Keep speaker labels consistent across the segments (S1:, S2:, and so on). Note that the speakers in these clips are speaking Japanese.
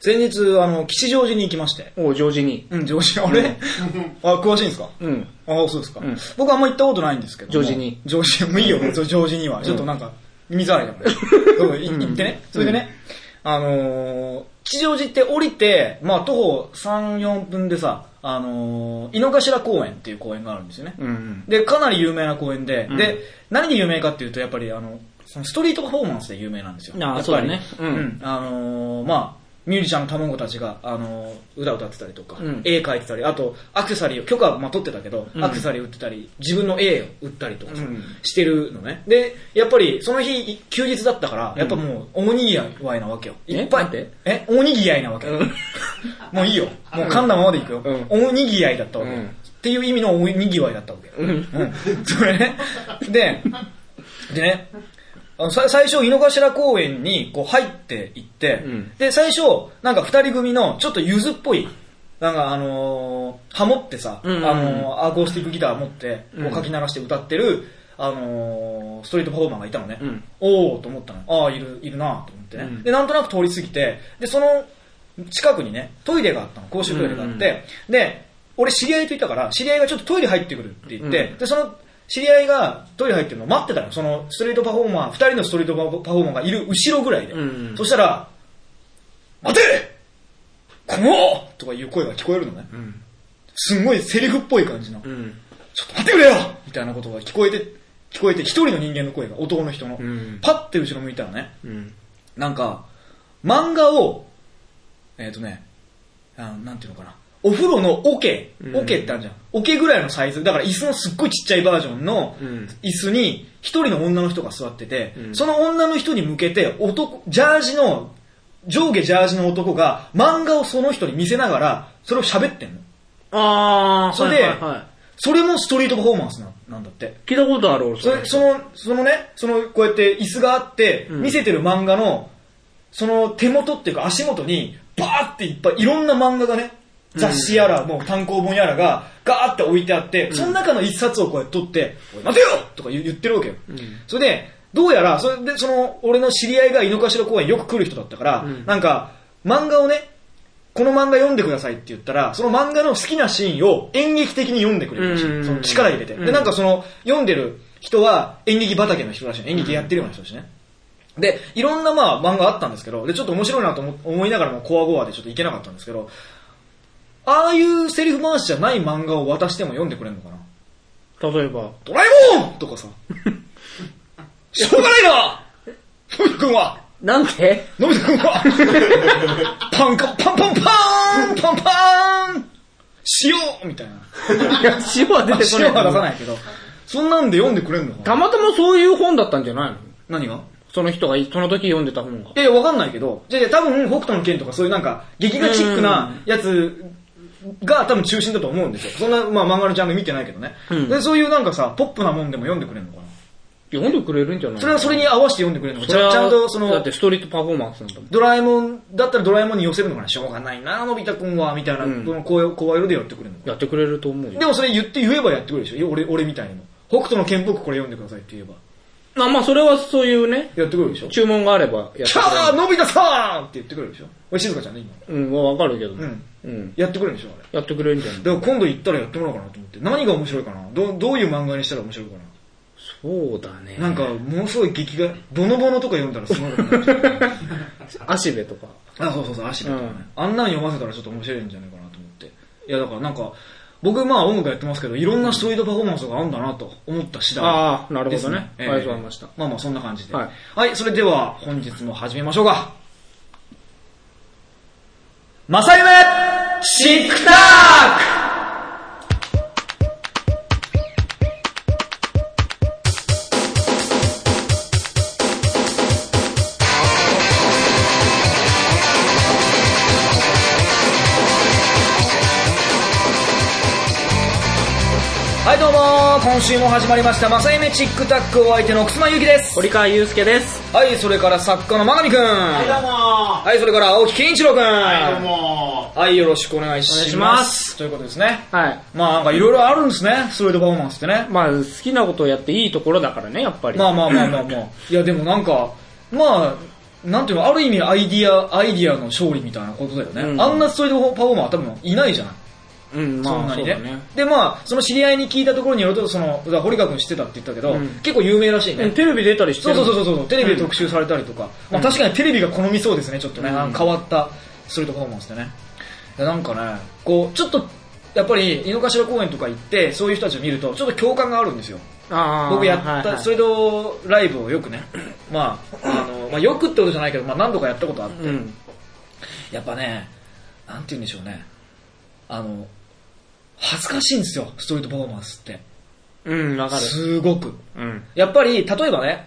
S1: 先日、あの、吉祥寺に行きまして。
S2: おう、常時に。
S1: うん、吉祥寺、あれあ、詳しいんですか
S2: うん。
S1: ああ、そうですか、
S2: うん
S1: 僕あんま行ったことないんですけども。
S2: ジョージに
S1: ジョージもうい いよ、ジョジョージには。ちょっとなんか、耳障 りだもんね。そうい行ってね。それでね、あのー、吉祥寺って降りて、まあ徒歩3、4分でさ、あのー、井の頭公園っていう公園があるんですよね。
S2: うん。
S1: で、かなり有名な公園で、
S2: うん
S1: で、何で有名かっていうと、やっぱりあの、そのストリートパフォーマンスで有名なんですよ。
S2: あ
S1: やっ
S2: あ
S1: ぱり
S2: そう
S1: う
S2: だね
S1: ん
S2: うん。
S1: あのーまあ、ミュージシャンの卵たちが、あのー歌歌ってたりとか、
S2: うん
S1: 絵描いてたり、あと、アクセサリーを、許可はまあ取ってたけど、
S2: うん
S1: アクセサリー売ってたり、自分の絵を売ったりとかさ
S2: うん
S1: してるのね。で、やっぱり、その日、い休日だったから、やっぱもう、大にぎわいなわけよ。
S2: え
S1: いっぱい
S2: 待って。
S1: え大にぎわいなわけ。 もういいよ。もう噛んだままでいくよ。
S2: うん
S1: 大にぎわいだったわけ。
S2: うん
S1: っていう意味の大にぎわいだったわけ。
S2: うん。
S1: うんそれね。で、でね、あのさ最初、井の頭公園にこう入っていって、
S2: うん
S1: で、最初、なんか二人組のちょっとゆずっぽい、なんかあのーハモってさ、
S2: うんうんうん
S1: あのーアコースティックギター持って、こ
S2: うん
S1: うかき鳴らして歌ってる、あのーストリートパフォーマーがいたのね。
S2: うん
S1: おーと思ったの。ああ、いる、いるなと思ってね、
S2: うん
S1: で、なんとなく通り過ぎて、で、その近くにね、トイレがあったの。公衆トイレがあって、で、俺知り合いといたから、知り合いがちょっとトイレ入ってくるって言って、
S2: うん
S1: で、その知り合いがトイレ入ってるのを待ってたの。そのストリートパフォーマー、二人のストリートパフォーマーがいる後ろぐらいで。
S2: うん
S1: そしたら、待てこのとかいう声が聞こえるのね。
S2: うん。
S1: すんごいセリフっぽい感じの、ちょっと
S2: ん。
S1: 待ってくれよみたいなことが聞こえて、聞こえて、一人の人間の声が、男の人の。
S2: うん
S1: パッて後ろ向いたらね、
S2: うん。
S1: なんか、漫画を、えっ、とねあ、なんていうのかな。お風呂の桶、
S2: うん
S1: 桶ってあるじゃん。桶ぐらいのサイズ。だから椅子のすっごいちっちゃいバージョンの
S2: うん
S1: 椅子に一人の女の人が座ってて、
S2: うん
S1: その女の人に向けて男、ジャージの、上下ジャージの男が漫画をその人に見せながら、それを喋ってんの。
S2: あー、
S1: それ
S2: はい
S1: で
S2: はいは
S1: それもストリートパフォーマンスななんだって。
S2: い聞いたことある俺
S1: それその、そのね、その、こうやって椅子があって、
S2: うん
S1: 見せてる漫画の、その手元っていうか足元に、バーっていっぱいいろんな漫画がね、雑誌やら、もう単行本やらが、ガーって置いてあって、その中の一冊をこうやって取って、おい待てよとか言う言ってるわけよ。
S2: ん
S1: それで、どうやら、それで、その、俺の知り合いが井の頭公園よく来る人だったから、
S2: うん
S1: なんか、漫画をね、この漫画読んでくださいって言ったら、その漫画の好きなシーンを演劇的に読んでくれるらし
S2: うんうんう
S1: い。
S2: ん
S1: その力入れて。
S2: うん
S1: で、なんかその、読んでる人は演劇畑の人らしいね。演劇やってるような人だしね。で、いろんなまあ漫画あったんですけど、で、ちょっと面白いなと思思いながらも、コアゴアでちょっといけなかったんですけど、ああいうセリフ回しじゃない漫画を渡しても読んでくれるのかな
S2: 例えば。
S1: ドラえもんとか さ。しょうがないなのび太くんは
S2: なんで
S1: のび太くんはパンカパンパンパーンパンパーン塩みたいな。
S2: いや、 塩は出てこない。
S1: 塩は出さないけど。そんなんで読んでくれんのか
S2: た
S1: な
S2: またまそういう本だったんじゃないの
S1: 何が
S2: その人が、その時読んでた本が
S1: い。やいや、わかんないけど、じゃあいや多分、北斗の剣とかそういうなんか、劇画チックなやつが多分中心だと思うんですよ。そんな、まあ漫画のジャンル見てないけどね。
S2: うん
S1: で、そういうなんかさ、ポップなもんでも読んでくれるのかな
S2: 読んでくれるんじゃない
S1: それはそれに合わせて読んでくれるのか
S2: そ
S1: ち
S2: れ
S1: ゃ
S2: は
S1: んちゃんとその、
S2: だってストリートパフォーマンスなんだもん。
S1: ドラえもんだったらドラえもんに寄せるのかなしょうがないな、のび太くんは、みたいな、
S2: うん
S1: この声を声色でやってくれるのか
S2: やってくれると思うよ
S1: で。もそれ言って言えばやってくれるでしょ俺、俺みたいにも。北斗の剣僕これ読んでくださいって言えば。
S2: あまあ、それはそういうね、
S1: やってくれるでしょ
S2: 注文があればやってくれる
S1: キャーのび太さんって言ってくれるでしょ俺静かちゃんね、今。
S2: うん、わかるけどね。うん。
S1: やってくれるでしょあれ。
S2: やってくれるんじゃない
S1: だから今度行ったらやってもらおうかなと思って。何が面白いかなどうどういう漫画にしたら面白いかな
S2: そうだね。
S1: なんか、、ものすごい劇画、ボノボノとか読んだらすごいことになっちゃう。
S2: 足部とか。
S1: あ、そうそうそう、足部とかね。あんなん読ませたらちょっと面白いんじゃないかなと思って。いや、だからなんか、僕まあ音楽やってますけど、いろんなストリートパフォーマンスがあるんだなと思った次第
S2: ああ、なる
S1: で
S2: ほ
S1: す
S2: ど
S1: ね。え
S2: ね。あり
S1: え
S2: がとうございました。
S1: まあまあそんな感じで。
S2: はい
S1: はい、それでは本日も始めましょうか。まさゆめシックタックはいどうも今週も始まりました、まさゆめチックタックお相手の楠間ゆきです。
S2: 堀川祐介です。
S1: はい、それから作家の真上くん。
S3: はい、どうもー。
S1: はい、それから青木健一郎くん。
S3: はい、どう
S1: は
S3: も
S1: い、よろしくお願いします。
S2: お願いします
S1: ということですね。
S2: はい。
S1: まあなんかいろいろあるんですね、ストレートパフォーマンスってね。
S2: まあ、好きなことをやっていいところだからね、やっぱり。
S1: まあまあまあまあまあ。いやでもなんか、まあ、なんていうの、ある意味アイディア、アイディアの勝利みたいなことだよね。
S2: うん
S1: あんなストリートパフォーマーは多分いないじゃない。
S2: うん、
S1: そん
S2: まあ、
S1: な
S2: そ
S1: に
S2: う
S1: ね
S2: だね。
S1: で、まあ、その知り合いに聞いたところによると、その、だから堀川君知ってたって言ったけど、
S2: うん
S1: 結構有名らしいね。
S2: うんテレビ出たりして
S1: そう
S2: る
S1: そう
S2: う。
S1: そうそう、テレビで特集されたりとか、まあ、確かにテレビが好みそうですね、ちょっとね、
S2: うん
S1: あの変わったストリートパフォーマンスでね。でなんかね、こう、ちょっと、やっぱり井の頭公園とか行って、そういう人たちを見ると、ちょっと共感があるんですよ。
S2: ああ。
S1: 僕やった、
S2: はいはい
S1: ストリートライブをよくね、 まあ、あの、まあ、よくってことじゃないけど、まあ、何度かやったことあって、
S2: うん。
S1: やっぱね、なんて言うんでしょうね、あの、恥ずかしいんですよ、ストリートパフォーマンスって。
S2: うん、わかる。
S1: すごく。
S2: うん。
S1: やっぱり、例えばね、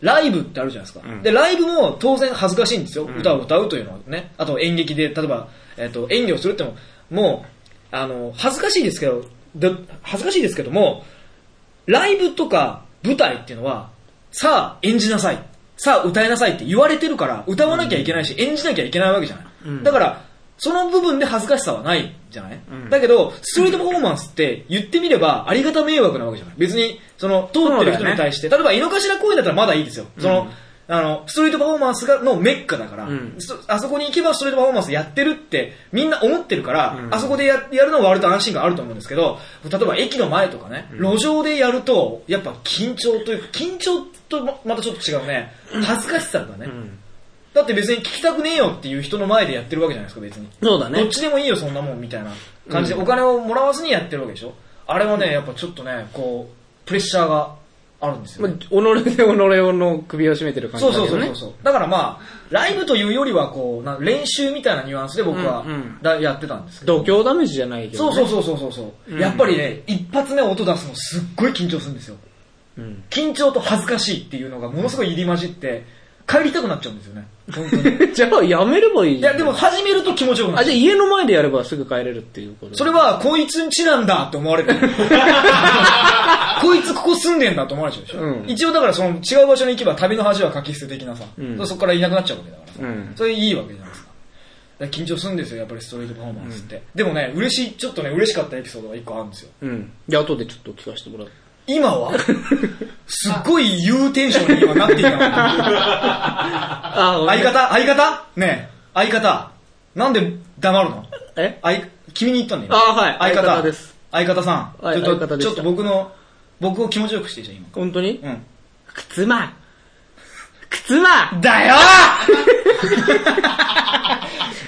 S1: ライブってあるじゃないですか。
S2: うん
S1: で、ライブも当然恥ずかしいんですよ。
S2: ん
S1: 歌を歌うというのはね。あと演劇で、例えば、えっ、と、演技をするっても、もう、あの、恥ずかしいですけど、で恥ずかしいですけども、ライブとか舞台っていうのは、さあ演じなさい。さあ歌いなさいって言われてるから、歌わなきゃいけないし、演じなきゃいけないわけじゃない。
S2: うん
S1: だから、その部分で恥ずかしさはないじゃない、
S2: うん
S1: だけど、ストリートパフォーマンスって言ってみればありがた迷惑なわけじゃない別に、その、通ってる人に対して、例えば井の頭公園だったらまだいいですよ。その、あの、ストリートパフォーマンスがのメッカだから、
S2: うん
S1: そあそこに行けばストリートパフォーマンスやってるってみんな思ってるから、
S2: うん
S1: あそこでややるのは割と安心感あると思うんですけど、例えば駅の前とかね、路上でやると、やっぱ緊張というか、緊張とままたちょっと違うね、恥ずかしさがね、
S2: うん。
S1: だって別に聞きたくねえよっていう人の前でやってるわけじゃないですか、別に。
S2: そうだね
S1: どっ。ちでもいいよ、そんなもんみたいな感じで、
S2: うん
S1: お金をもらわずにやってるわけでしょ。あれはね、やっぱちょっとね、こう、プレッシャーがあるんですよ、
S2: まあ、己で己の首を絞めてる感じ
S1: そう
S2: だけ
S1: そ
S2: ど
S1: う
S2: ね。
S1: そうそうそう。だからまあ、ライブというよりはこう、な練習みたいなニュアンスで僕は
S2: うんうん
S1: だやってたんですけど。
S2: 度胸試しじゃないけど、
S1: そう
S2: ね。
S1: そうそうそうそうそう、
S2: うん
S1: やっぱりね、一発目音出すのすっごい緊張するんですよ。
S2: う。うん。
S1: 緊張と恥ずかしいっていうのがものすごい入り混じって、帰りたくなっちゃうんですよね。本当 に。
S2: じゃあ、やめればいい
S1: い
S2: じゃん
S1: や、でも、始めると気持ちよくな
S2: あ、
S1: る。
S2: じゃあ家の前でやればすぐ帰れるっていうこと
S1: それは、こいつんちなんだって思われ てる。こいつここ住んでんだって思われちゃうでしょ。
S2: うん
S1: 一応だからその違う場所に行けば旅の恥はかき捨て的なさ、
S2: うん
S1: そこからいなくなっちゃうわけだからさ。
S2: うん。
S1: それいいわけじゃないですか。だから緊張するんですよ、やっぱりストリートパフォーマンスって。でもね、嬉しい、ちょっとね、嬉しかったエピソードが一個あるんです よ。
S2: うん。じゃあ後でちょっと聞かせてもらう。
S1: 今は、すっごい言うテンションに今なっていたの。
S2: あ、ごめん
S1: 相方相方ねえ、相方。なんで黙るの
S2: え
S1: あい君に言ったんだよ。
S2: あはい
S1: 相
S2: 相
S1: 方
S2: 方です。
S1: 相方さん。
S2: は
S1: ち
S2: い
S1: ょっ
S2: 相
S1: と、
S2: 方で
S1: ち
S2: した
S1: ょっと僕の、僕を気持ちよくしてじゃん、
S2: 本当に
S1: 今。うん。
S2: 靴間靴間
S1: だよ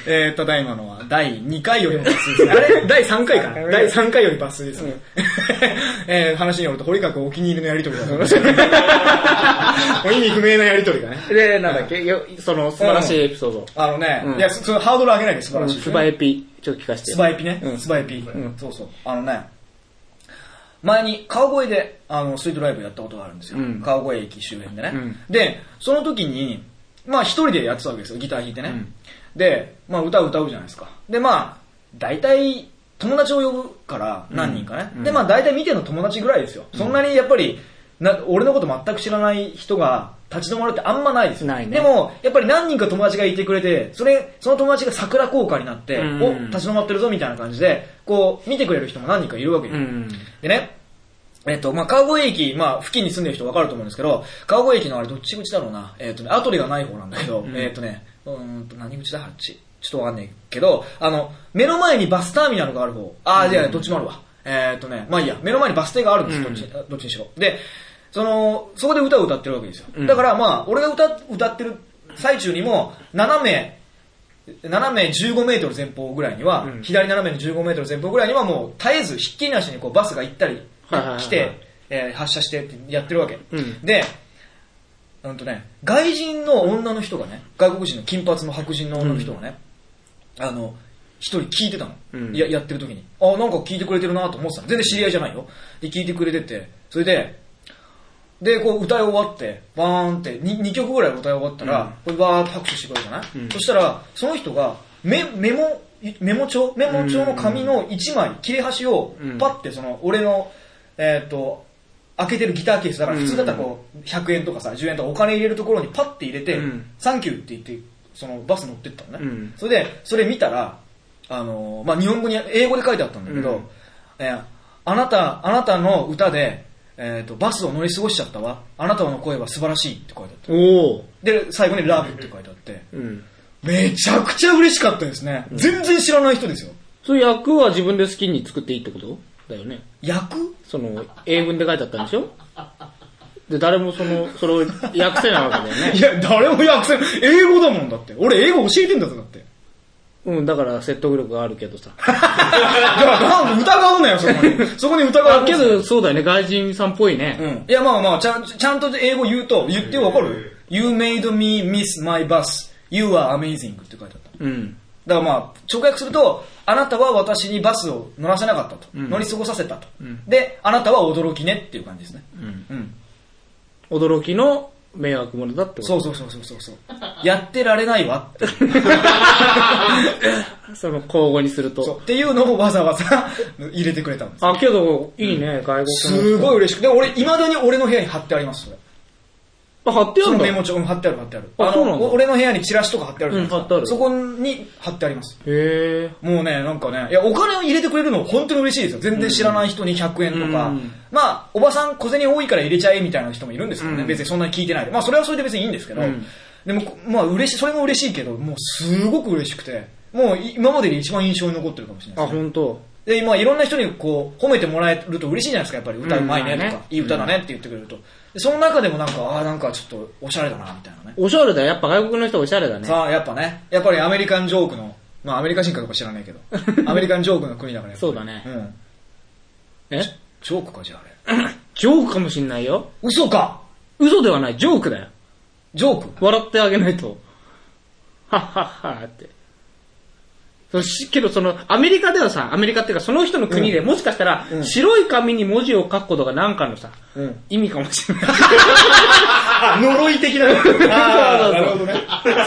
S1: えーっと、た だいまのは、第2回よりも抜粋ですね。あれ第3回かな第3回より抜粋ですね。 えー話によると、堀川君お気に入りのやりとりだと思い ます お意味不明なやりとりがね。
S2: で、なんだっけよその素晴らしいエピソード。
S1: あのね、
S2: うん
S1: いや、そそのハードル上げないで素晴らしい、
S2: スバエピ、ちょっと聞かせて。
S1: スバエピね
S2: う。ん
S1: スバエピ。そうそう。あのね、前に川越であのストリートライブやったことがあるんですよ。
S2: うん
S1: 川越駅周辺でね、
S2: うん
S1: で、その時に、まあ一人でやってたわけですよ。ギター弾いてね。
S2: うん
S1: で、まあ歌を歌うじゃないですか。で、まあ、大体、友達を呼ぶから、何人かね。
S2: うん
S1: で、まあ大体見ての友達ぐらいですよ。そんなにやっぱり、な俺のこと全く知らない人が立ち止まるってあんまないですよ。
S2: ないね
S1: でも、やっぱり何人か友達がいてくれて、それ、その友達が桜効果になって、
S2: うん
S1: お、立ち止まってるぞみたいな感じで、こう、見てくれる人も何人かいるわけよ。
S2: うん。
S1: でね、えっと、まあ、川越駅、まあ、付近に住んでる人分かると思うんですけど、川越駅のあれ、どっち口だろうな。えっとね、アトリがない方なんだけど、えっとね、うーんと、何口だあっち。ちょっとわかんないけど、あの、目の前にバスターミナルがある方。あー、じゃあ、どっちもあるわ。えっとね、まあいいや、目の前にバス停があるんです、
S2: うん
S1: どっち、どっちにしろ。で、その、そこで歌を歌ってるわけですよ。
S2: うん
S1: だからまあ、俺が歌、歌ってる最中にも、斜め、斜め15メートル前方ぐらいには、
S2: うん
S1: 左斜めに15メートル前方ぐらいにはもう絶えずひっきりなしにこうバスが行ったり
S2: はいはいはい
S1: 来て、えー発車してってやってるわけ。
S2: うん
S1: で、うんとね、外人の女の人がね、外国人の金髪の白人の女の人がね、あの、一人聞いてたの。
S2: うん
S1: ややってる時に。あ、なんか聞いてくれてるなと思ってたの。全然知り合いじゃないよ。で、聞いてくれてて、それで、で、こう歌い終わって、バーンって2、二曲ぐらい歌い終わったら、これバーッと拍手してくれるじゃない、
S2: うん
S1: そしたら、その人が、メ、メモ、メモ帳メモ帳の紙の1枚、切れ端を
S2: うん、
S1: パッてその、俺の、えーっと、開けてるギターケース、だから普通だったらこう、100円とかさ、10円とかお金入れるところにパッて入れて
S2: うん、
S1: サンキューって言って、そのバス乗ってったのね。
S2: うん
S1: それで、それ見たら、あのーまあ、日本語に、英語で書いてあったんだけど、
S2: うん
S1: えーあなた、あなたの歌で、えーと、バスを乗り過ごしちゃったわ。あなたの声は素晴らしいって書いてあっった。
S2: おお。
S1: で、最後にラブって書いてあって、
S2: うん。
S1: めちゃくちゃ嬉しかったですね。全然知らない人ですよ。
S2: そういう役は自分で好きに作っていいってことだよね。
S1: 役
S2: その、英文で書いてあったんでしょで、誰もその、それを訳せないわけだよ
S1: い
S2: ね。
S1: や、誰も訳せん。英語だもんだって。俺英語教えてんだぞ、だって。
S2: うん、だから説得力があるけどさ。
S1: だから、なんか疑うなよ、そこに。そこに疑
S2: あ
S1: う。
S2: け、ど、そうだよね、外人さんっぽいね。
S1: うん。いや、まあまあ、ちゃん、ちゃんと英語言うと、言ってわかる ?You made me miss my bus.You are amazing って書いてあった。
S2: うん。
S1: だからまあ、直訳すると、あなたは私にバスを乗らせなかったと。
S2: ん
S1: 乗り過ごさせたと、
S2: ん
S1: で、あなたは驚きねっていう感じですね。
S2: うん。
S1: うん。
S2: 驚きの迷惑者だってこと。
S1: そうそうそうそうそう そう。やってられないわって。
S2: その、交互にする
S1: そう
S2: と。
S1: っていうのをわざわざ入れてくれたんです。
S2: あ、けど、いいね、外国の。
S1: すごい嬉しくて、俺、未だに俺の部屋に貼ってあります、それ。
S2: あ、貼ってあ
S1: その
S2: るんだ。
S1: メモ
S2: へ
S1: 帳、うん貼ってある貼ってある。
S2: あそうなんだ
S1: お俺の部屋にチラシとか貼ってあるじゃないですか。
S2: うん貼ってある
S1: そこに貼ってあります。
S2: え。
S1: もうね、なんかね、いや、お金を入れてくれるの本当に嬉しいですよ。全然知らない人に100円とか。
S2: うん
S1: まあ、おばさん小銭多いから入れちゃえみたいな人もいるんですけどね。
S2: うん
S1: 別にそんなに聞いてないで。まあ、それはそれで別にいいんですけど。
S2: うん
S1: でも、まあ、嬉しい、それも嬉しいけど、もうすごく嬉しくて。もうい今までで一番印象に残ってるかもしれない
S2: あ、
S1: です、ね。
S2: 本当。
S1: で、今、いろんな人にこう、褒めてもらえると嬉しいじゃないですか、やっぱり。歌うまいねとか、
S2: うんまあね
S1: いい歌だねって言ってくれると。でその中でもなんか、ああ、なんかちょっとおしゃれだな、みたいなね。
S2: おしゃれだよ。やっぱ外国の人おしゃれだね。
S1: さあ、やっぱね、やっぱりアメリカンジョークの、まあアメリカ人かどうか知らないけど、 アメリカンジョークの国だからやっぱり
S2: そうだね
S1: うん。
S2: え
S1: ジョークか、じゃああれ。
S2: ジョークかもしんないよ。
S1: 嘘か
S2: 嘘ではない、ジョークだよ。
S1: ジョーク
S2: 笑ってあげないと。はっはっはって。そのしけどその、アメリカではさ、アメリカっていうかその人の国で、もしかしたら、
S1: うん
S2: 白い紙に文字を書くことがなんかのさ、
S1: うん
S2: 意味かもしれない。
S1: あ、呪い的な。あーなるほどね。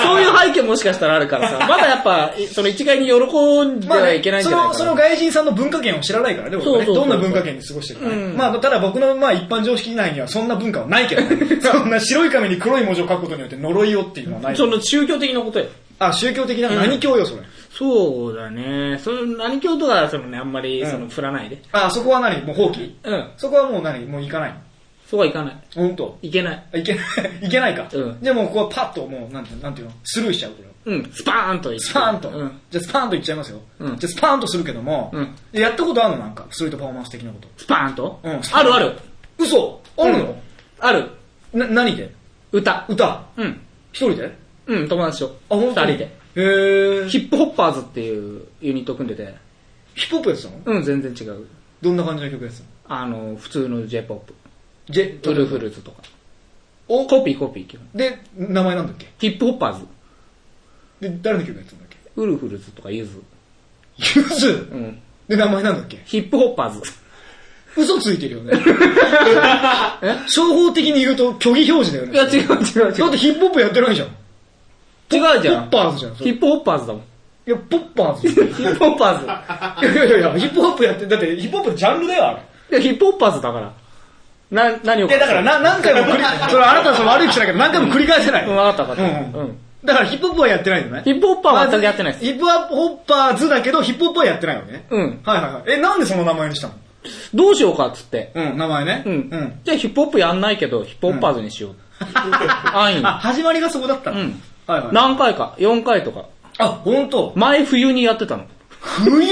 S2: そういう背景もしかしたらあるからさ、まだやっぱ、いその一概に喜んで
S1: まあ
S2: は
S1: ね
S2: いけないん
S1: そ
S2: じゃない
S1: の、
S2: か
S1: そ
S2: な。
S1: の外人さんの文化圏を知らないからね、僕はね。
S2: そうそう
S1: ど
S2: そ
S1: んな
S2: う
S1: 文化圏に過ごしてるかね。
S2: うん
S1: まあ、ただ僕の、まあ、一般常識内にはそんな文化はないけどね。 そんな白い紙に黒い文字を書くことによって呪いをっていうのはない。
S2: その宗教的なことよ。
S1: あ、宗教的な何教よ、それ。
S2: そうだね。その何教とか、そのね、あんまり、その、振らないで。
S1: あ、そこは何もう放棄
S2: うん。
S1: そこはもう何もう行かない
S2: そこはいかない。
S1: の本当
S2: いけない。
S1: あいけ ない、いけないか。
S2: うん
S1: でも、ここはパッともう、なんてなんていうのスルーしちゃう、これを
S2: うん。スパーンといく
S1: スパーンと。
S2: うん。
S1: じゃあ、スパーンといっちゃいますよ。
S2: うん
S1: じゃあ、スパーンとするけども、
S2: うん
S1: でやったことあるのなんか、ストリートパフォーマンス的なこと。
S2: スパーンと
S1: うん
S2: あるある。
S1: 嘘あるの、
S2: ある。
S1: な、何で
S2: 歌。
S1: 歌
S2: うん。
S1: 一人であ、
S2: うん、友達と。
S1: 本当
S2: 二
S1: に
S2: 人で。。
S1: へー。
S2: ヒ
S1: ヒ
S2: ップホッパーズっていうユニット組んでて。
S1: ヒップホップやってたの
S2: うん、全然違う。
S1: どんな感じの曲やってたの
S2: あの、普通の J-POP。
S1: ジェ
S2: ウルフルズとか。
S1: お
S2: コピーコピー基本。
S1: で、名前なんだっけ
S2: ヒップホッパーズ。
S1: で、誰の曲やってたんだっけ
S2: ウルフルズとかユズ。
S1: ユズ
S2: うん。
S1: で、名前なんだっけ
S2: ヒップホッパーズ。
S1: 嘘ついてるよ ね。商法的に言うと虚偽表示だよね。
S2: いや、違う違う違
S1: だっ
S2: う。
S1: てヒップホップやってないじゃん。
S2: 違うじゃん。
S1: ポッパーズじゃんそれ
S2: ヒップホッパーズだもん。
S1: いや、ポッパーズ。い
S2: ヒップホッパー
S1: やいやいや、ヒップホップやって、だってヒップホップのジャンルだよ、あれ。
S2: ズ。いや、ヒップホッパーズだから。な、何を
S1: いや、だからな、何回も繰り、 それあなたはその悪い口だけど何回も繰り返せない。
S2: うん、わかったわかった。
S1: う
S2: うんん。
S1: だからヒップホップはやってないのね。
S2: ヒップホッパーは全くやってないです。
S1: ヒップホッパーズだけど、ヒップホップはやってないよね。
S2: うん
S1: はいはいはい。え、なんでその名前にしたの
S2: どうしようかっつって。
S1: うん、名前ね。
S2: う
S1: うんん。。
S2: じゃあヒップホップやんないけど、ヒップホッパーズにしよう。安易に。
S1: あ、始まりがそこだったの。
S2: うん。
S1: はいはい。
S2: 何回か、4回とか。
S1: あ、ほんと。
S2: 前冬にやってたの。
S1: 冬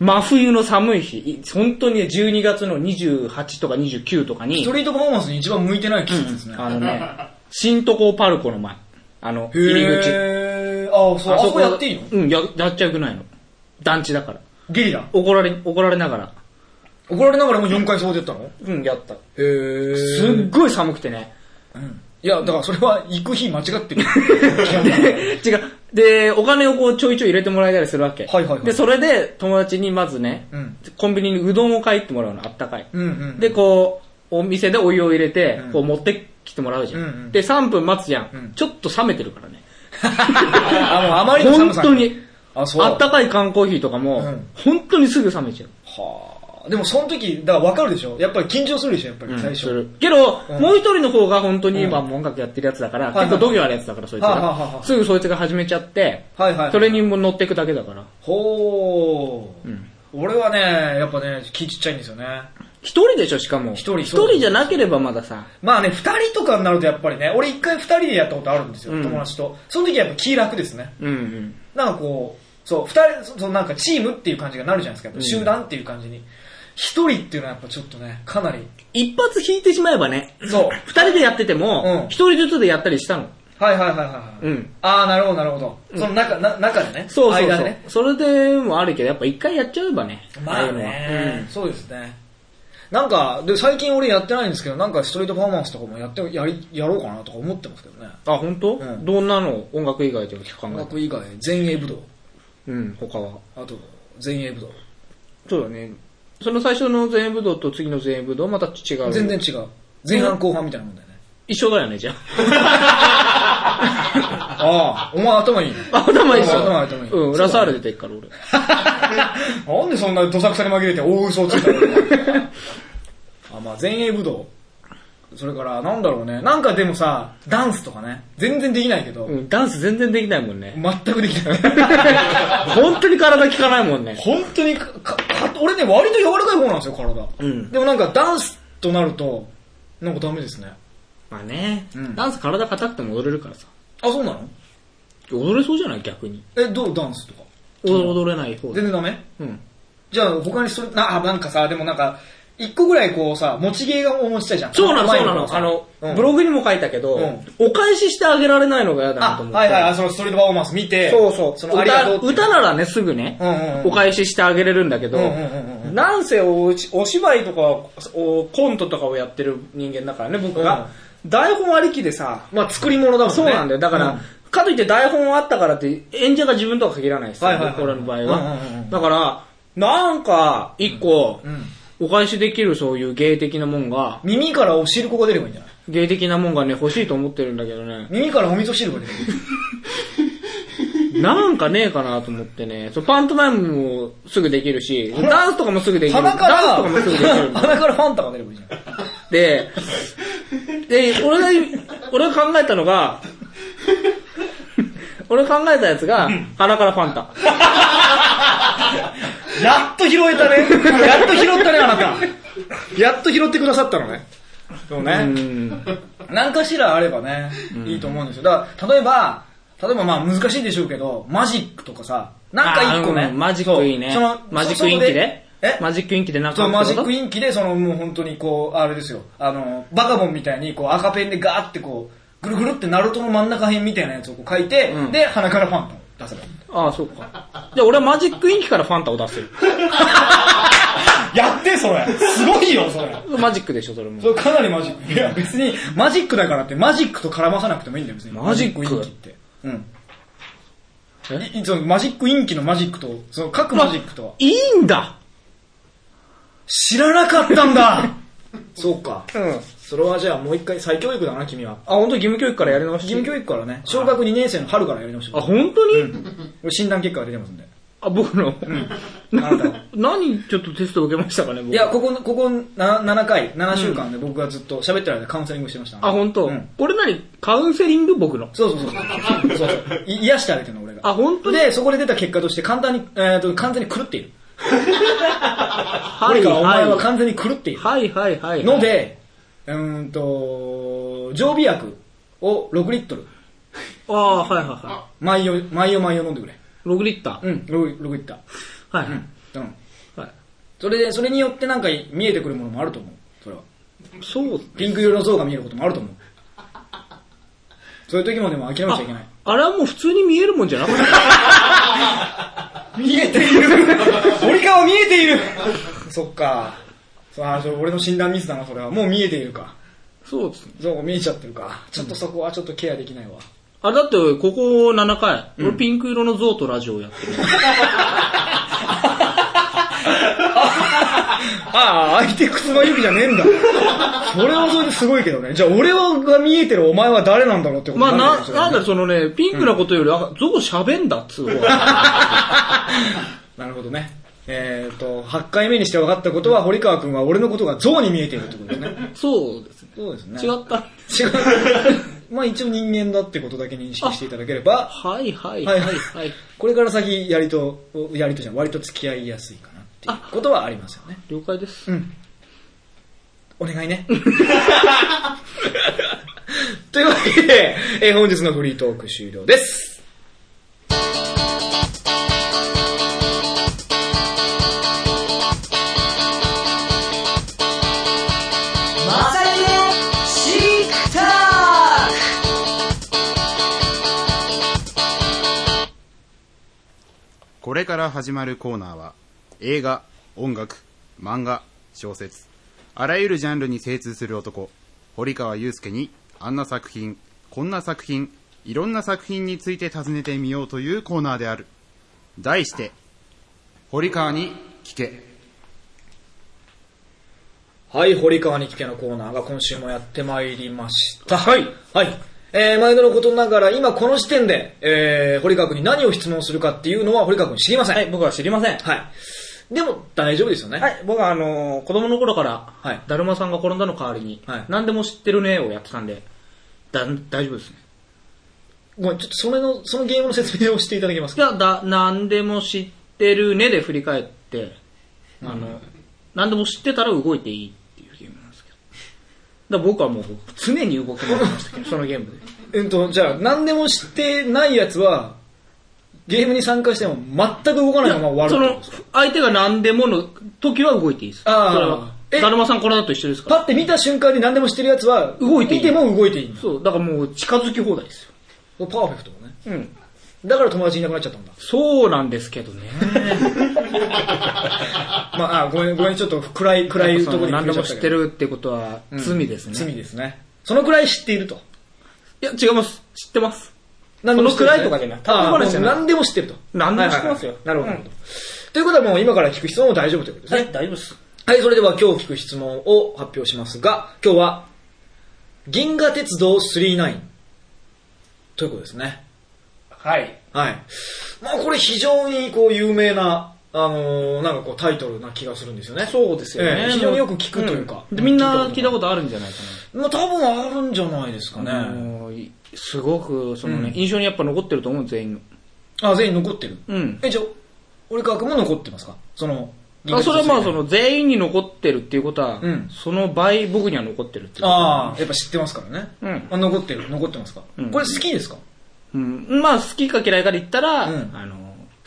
S2: 真冬の寒い日、い本当にね12月の28とか29とかに
S1: スト、リートパフォーマンスに一番向いてない季節ですね。
S2: あのね、新都高パルコの前、あの、入り口。
S1: へー。あ、そう、あそこやっていいの
S2: うん、や、やっちゃうくないの。団地だから。
S1: ゲリラ。
S2: 怒られ、怒られながら。
S1: 怒られながらも4回そうでやったの
S2: うん、やった。
S1: へー。
S2: すっごい寒くてね。
S1: いや、だからそれは行く日間違って る。
S2: 違う。で、お金をこうちょいちょい入れてもらえたりするわけ。
S1: はいはいはい
S2: で、それで友達にまずね、
S1: うん
S2: コンビニにうどんを買いってもらうの、あったかい。
S1: うんうん。
S2: で、こう、お店でお湯を入れて、
S1: うん
S2: こう持ってきてもらうじゃん。
S1: うんうん
S2: で、3分待つじゃん,、
S1: うん
S2: ちょっと冷めてるからね。
S1: あ、もうあまりの寒
S2: 本
S1: さ
S2: 当に。
S1: あ、そう。
S2: あったかい缶コーヒーとかも、
S1: うん
S2: 本当にすぐ冷めちゃう。
S1: はあ。でもその時、だから分かるでしょやっぱり緊張するでしょやっぱり最
S2: す
S1: 初。
S2: るけど、
S1: うん
S2: もう一人の方が本当に今音楽やってるやつだから、
S1: はいはい
S2: 結構度胸あるやつだから、そいつが、
S1: はいはいはいはい
S2: すぐそいつが始めちゃって、
S1: はいはい。
S2: それにも乗ってくだけだから。
S1: ほー
S2: うん
S1: 俺はね、やっぱね、気ちっちゃいんですよね。
S2: 一人でしょ、しかも。
S1: 一人
S2: 一人じゃなければまださ。
S1: まあね、二人とかになるとやっぱりね、俺一回二人でやったことあるんですよ、
S2: うん
S1: 友達と。その時はやっぱ気楽ですね。
S2: うんうん。
S1: なんかこう、そう、二人、そそのなんかチームっていう感じがなるじゃないですか、やっぱ
S2: うん
S1: 集団っていう感じに。一人っていうのはやっぱちょっとね、かなり。
S2: 一発引いてしまえばね、
S1: そう。
S2: 二人でやってて
S1: うん
S2: も、一人ずつでやったりしたの。
S1: はいはいはいはい。
S2: う
S1: はい
S2: ん。
S1: ああ、なるほどなるほど。その中、な中でね。
S2: そうそう
S1: 間
S2: そ
S1: で
S2: う
S1: ね。。
S2: それでもあるけど、やっぱ一回やっちゃえばね。
S1: まあ
S2: いうのは
S1: ね、そうですね。なんか、で、最近俺やってないんですけど、なんかストリートパフォーマンスとかもやって、やり、やろうかなとか思ってますけどね。
S2: うんあ、本当？
S1: うん
S2: どんなの音楽以外で考
S1: 音
S2: えて
S1: 楽以外、前衛武道。
S2: うん、他は。
S1: あと、前衛武道。
S2: そうだね。その最初の全部道と次の全部道また違う。
S1: 全然違う。前半後半みたいなもんだよね。
S2: 一緒だよね、じゃあ。
S1: ああ、お前頭いいね。
S2: あ頭いいっしょ。
S1: 頭頭いい。
S2: うん、ラサール出てっから 俺。
S1: なんでそんなどさくさに紛れて大嘘をついた のあ、まあ前衛武道。それから、なんだろうね。なんかでもさ、ダンスとかね。全然できないけど、
S2: うん、ダンス全然できないもんね。
S1: 全くできない。
S2: 本当に体効かないもんね。
S1: 本当にかかか俺ね、割と柔らかい方なんですよ、体。
S2: うん
S1: でもなんかダンスとなると、なんかダメですね。
S2: まあね、
S1: うん
S2: ダンス体硬くても踊れるからさ。
S1: あ、そうなの
S2: 踊れそうじゃない逆に。
S1: え、どうダンスとか。
S2: 踊踊れない方で
S1: 全。然ダメ
S2: うん。
S1: じゃあ他にそれ、な、あ、なんかさ、でもなんか、一個ぐらいこうさ、持ち芸がお持ちたいじゃん。
S2: そうなの、
S1: 前
S2: そうな
S1: 方
S2: の。
S1: さ
S2: あの、
S1: うん
S2: ブログにも書いたけど、
S1: うん
S2: お返ししてあげられないのが嫌だな
S1: あ
S2: と思っ、て。
S1: はいはい、あそのストリートパフォーマンス見て、
S2: そうそ う。
S1: そのありがとうって
S2: 歌歌ならね、すぐね、
S1: うんうんうん
S2: お返ししてあげれるんだけど、
S1: うんうんうんう
S2: なんせおしお芝居とかおコントとかをやってる人間だからね、僕が。台本ありきでさ、
S1: まあ作り物だもんね。
S2: そうなんだよ。だから、かといって台本あったからって演者が自分とは限らないですよ、
S1: はいはいはい
S2: 僕らの場合は、
S1: うんうんうん
S2: だから、なんか、一個、
S1: うん、うん
S2: お返しできるそういう芸的なもんが、
S1: 耳からお汁粉が出ればいいんじゃない
S2: 芸的なもんがね、欲しいと思ってるんだけどね。
S1: 耳からお味噌汁が出ればいい。
S2: なんかねえかなと思ってね。そうパントマイムもすぐできるし、ダンスとかもすぐできる。ダ
S1: 鼻
S2: ンス
S1: か
S2: とからもすぐできる、。
S1: 鼻からファンタが出ればいいじゃん。
S2: で、で、俺が、俺が考えたのが、俺が考えたやつが、鼻からファンタ。
S1: やっと拾えたね。やっと拾ったね、あな た。やっと拾ってくださったのね。そう
S2: う
S1: ね。
S2: ん。
S1: 何かしらあればね、いいと思うんですよ。だから、例えば、例えばまあ難しいでしょうけど、マジックとかさ、なんか一個
S2: あ
S1: ね
S2: ーう。んマジックいいね
S1: そうその。
S2: マジックインキで
S1: え
S2: マジックインキでなんか
S1: そう、マジック
S2: イン
S1: インキで、そのもう本当にこう、あれですよ、あの、バカボンみたいに、こう赤ペンでガーってこう、ぐるぐるってナルトの真ん中辺みたいなやつをこう書いて、
S2: うん
S1: で、鼻からファンタを出せば いい。
S2: ああ、そうか。で、俺はマジックインキからファンタを出せる。
S1: やって、それすごいよ、それ
S2: マジックでしょ、それ も
S1: そ。れかなりマジック。いや、別に、マジックだからって、マジックと絡まさなくてもいいんだよ、別に。
S2: マジック
S1: マインキって。うん。
S2: え
S1: いそのマジックインキのマジックと、その各マジックとは。
S2: いいんだ
S1: 知らなかったんだ そうか。
S2: うん。
S1: それはじゃあもう一回再教育だな、君は。
S2: あ、本当義務教育からやり直し。
S1: 義務教育からね、小学2年生の春からやり直してく
S2: あ、
S1: ださい
S2: 本当に、
S1: 俺診断結果が出てますんで。
S2: あ、僕の。
S1: あなた は
S2: 何ちょっとテスト受けましたかね、僕。
S1: いや、ここ、ここな7回、7週間で僕がずっと喋ってる間でカウンセリングしてました。
S2: あ、本当、
S1: うん
S2: これ何カウンセリング僕の。
S1: そうそうそう。そうそうい癒してあげてるの、俺が。
S2: あ、本当に
S1: で、そこで出た結果として簡単に、えー、と完全に狂っている。
S2: はい、
S1: 俺からお前は
S2: は
S1: 完全に狂ってい
S2: い、
S1: る。
S2: はい、はいはい。
S1: ので、うーんと、常備薬を6リットル、
S2: ああ、はい、はい、は
S1: 毎夜、毎夜毎夜飲んでくれ。
S2: い。6リッター。
S1: うん、6, 6リッタ
S2: はい、はい
S1: ー。うん。
S2: はい。
S1: それで、それによってなんか見えてくるものもあると思う。それは。
S2: そう。
S1: ピンク色の像が見えることもあると思う。そういう時もでも諦めちゃいけない。
S2: あれはもう普通に見えるもんじゃなかった。
S1: 見えている 森川見えているそっか。そうあーそれ俺の診断ミスだな、それは。もう見えているか。
S2: そうですね。
S1: そう、見えちゃってるか。ちょっとそこはちょっとケアでき ないわ。
S2: あれだって、ここ7回、俺ピンク色の象とラジオやってる。
S1: ああ、相手靴の指じゃねえんだ。それはそれですごいけどね。じゃあ俺が見えてるお前は誰なんだろうってこと
S2: まあ
S1: にる
S2: な、
S1: かもしれ
S2: ないんだそのね、ピンクなことより、あ、象喋んだっつう方が
S1: なるほどね。えっ、と、8回目にして分かったことは、堀川君は俺のことが象に見えているってことですね。
S2: そうですね。
S1: そうです ね。
S2: 違った。
S1: 違う。まあ一応人間だってことだけ認識していただければ、
S2: はい、はい、
S1: は
S2: はいい、
S1: はい
S2: はい。
S1: これから先やりと、やりとじゃん、割と付き合いやすいかなっていうことはありますよね。
S2: 了解です。
S1: うん。お願いね。というわけで、えー本日のフリートーク終了です。
S3: まさゆのシークター
S4: これから始まるコーナーは映画、音楽、漫画、小説あらゆるジャンルに精通する男堀川雄介にあんな作品、こんな作品いろんな作品について尋ねてみようというコーナーである題して堀川に聞け
S1: はい、堀川に聞けのコーナーが今週もやってまいりました。はい。はい。えー、毎度のことながら、今この時点で、えー、堀川君に何を質問するかっていうのは堀川君知りません。
S2: はい、僕は知りません。
S1: はい。でも、大丈夫ですよね。
S2: はい、僕はあのー子供の頃から、
S1: はい
S2: だるまさんが転んだの代わりに、
S1: はい
S2: 何でも知ってるねをやってたんで、だ、大丈夫ですね。
S1: ごめん、ちょっとそれの、そのゲームの説明をしていただけます
S2: い
S1: か
S2: や、だ、何でも知ってるねで振り返って、あの、何でも知ってたら動いていいっていうゲームなんですけど。だから僕はもう常に動き回ってました けど、そのゲームで。
S1: えっと、じゃあ、何でも知ってないやつは、ゲームに参加しても全く動かないまま終わる
S2: そ
S1: ってこと
S2: の
S1: です、
S2: 相手が何でもの時は動いていいです。
S1: あー
S2: それは
S1: え
S2: だるまさんこれだと一緒ですか
S1: パ
S2: ら。
S1: ッて見た瞬間に何でも知ってるやつは、
S2: 動いていい
S1: 見ても動いていいんだ
S2: そう、だからもう近づき放題ですよ。
S1: パーフェクトだね。
S2: うん。
S1: だから友達いなくなっちゃったんだ。
S2: そうなんですけど ね。
S1: まあ、あごめん、ごめん、ちょっと暗い、暗いところに
S2: 何でも知って
S1: る。
S2: るってことは罪ですね。
S1: 罪ですね。そのくらい知っていると。
S2: いや、違います。知ってます。
S1: 何でも知ってる
S2: そのくらいとかじゃない
S1: ああも
S2: 例えばじ
S1: う
S2: ゃない
S1: 何でも知ってると。
S2: 何でも知ってますよ
S1: はいはいはいなるほどなる
S2: う
S1: ほ
S2: ん
S1: ど。ということはもう今から聞く質問も大丈夫ということですね。
S2: 大丈夫です。
S1: はい、それでは今日聞く質問を発表しますが、今日は、銀河鉄道39ということですね。
S2: はい。
S1: はい。まあこれ非常にこう有名な、あのーなんかこうタイトルな気がするんですよね。
S2: そうですよね。
S1: ええ非常によく聞くというか
S2: んでみんな聞いたことあるんじゃないか
S1: まあ多分あるんじゃないですかね。
S2: な。もういすごく、そのね、
S1: うん
S2: 印象にやっぱ残ってると思う、全員の。
S1: あ、全員残ってる。
S2: うん。
S1: え、じゃあ、俺川君も残ってますかその、
S2: あそれはまあ、そ
S1: の、
S2: の、全員に残ってるっていうことは、
S1: うん
S2: その倍僕には残ってるっていうこと。
S1: ああ、やっぱ知ってますからね。
S2: うん
S1: あ残ってる、残ってますか、
S2: うん
S1: これ好きですか
S2: うん。まあ、好きか嫌いかで言ったら、
S1: うん
S2: あの、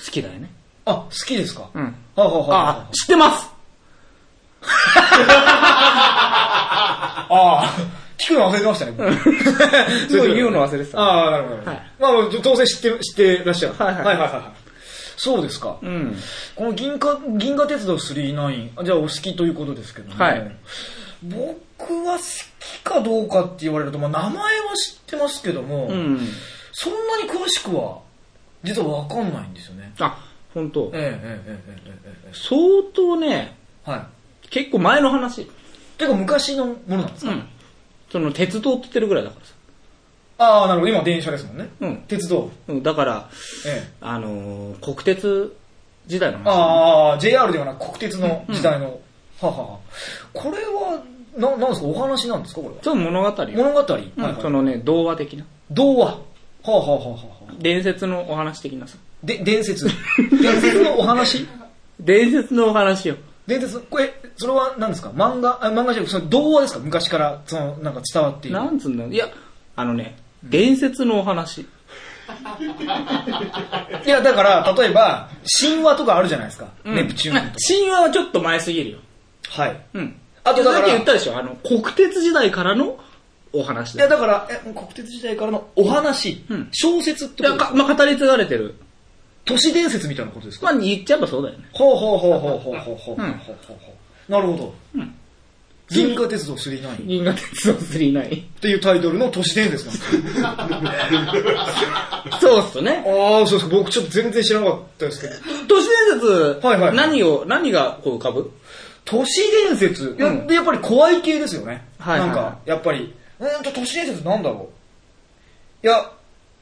S2: 好きだよね。
S1: あ、好きですか、
S2: うん。
S1: はあ、はあはあは
S2: あ、知ってます
S1: あ、ああ、聞くの忘れてましたね。僕
S2: もう言うの忘れてた
S1: ああ、なるほど。なるほど
S2: はい
S1: まあまあ、当然知って、知ってらっしゃる。
S2: はいはい
S1: はいそうですか。
S2: うん。
S1: この銀河、銀河鉄道39、あじゃあお好きということですけども、
S2: はい
S1: 僕は好きかどうかって言われると、まあ名前は知ってますけども、
S2: うん。
S1: そんなに詳しくは、実はわかんないんですよね。
S2: あ、本当。
S1: えええええええ
S2: 相当ね、
S1: え。はい。
S2: 結構前の話。
S1: 結構昔のものなんですか、
S2: うん。その、鉄道って言ってるぐらいだからさ。
S1: ああ、なるほど。今電車ですもんね。
S2: うん
S1: 鉄道。
S2: うん、だから、
S1: ええ。
S2: あのー国鉄時代の話。
S1: ああ、JR ではなく国鉄の時代の。はははこれは、な、なんですかお話なんですかこれは。
S2: ちょっと物語よ。
S1: 物語、
S2: うん
S1: はいはい
S2: そのね、童話的な。
S1: 童話。はあ、はあはあはあ、
S2: 伝説のお話的なさ。
S1: で、伝説。伝説のお話
S2: 伝説のお話よ。
S1: 伝説、これ、それは何ですか漫画、あ漫画じゃなくて、その童話ですか昔から、その、なんか伝わっている。
S2: なんつうんだろういや、あのね、伝説のお話。
S1: いや、だから、例えば、神話とかあるじゃないですか。
S2: うん
S1: ネプチューンとか。
S2: 神話はちょっと前すぎるよ。
S1: はい。
S2: うん。
S1: あとだから
S2: さっき言ったでしょ、あの、国鉄時代からのお話
S1: い
S2: だ
S1: や、
S2: よ。
S1: だから、え、国鉄時代からのお話、
S2: うん
S1: 小説って
S2: い
S1: こと
S2: や、
S1: です
S2: か
S1: か
S2: まあ、語り継がれてる。
S1: 都市伝説みたいなことですか、
S2: まあ、言っちゃえばそうだよね。
S1: ほうほうほうほうほうほうほうほうほうほうほう。なるほど。
S2: うん
S1: 銀河鉄道39っ
S2: 銀河鉄道39。
S1: ていうタイトルの都市伝説なんですよ
S2: そうっすね。
S1: ああ、そうですか。僕ちょっと全然知らなかったですけど。
S2: 都市伝説、
S1: はいはい
S2: 何を、何がこう浮かぶ
S1: 都市伝説、いや
S2: うん
S1: でやっぱり怖い系ですよね。
S2: はいはい
S1: なんか、やっぱり、うーんと都市伝説なんだろう。いや、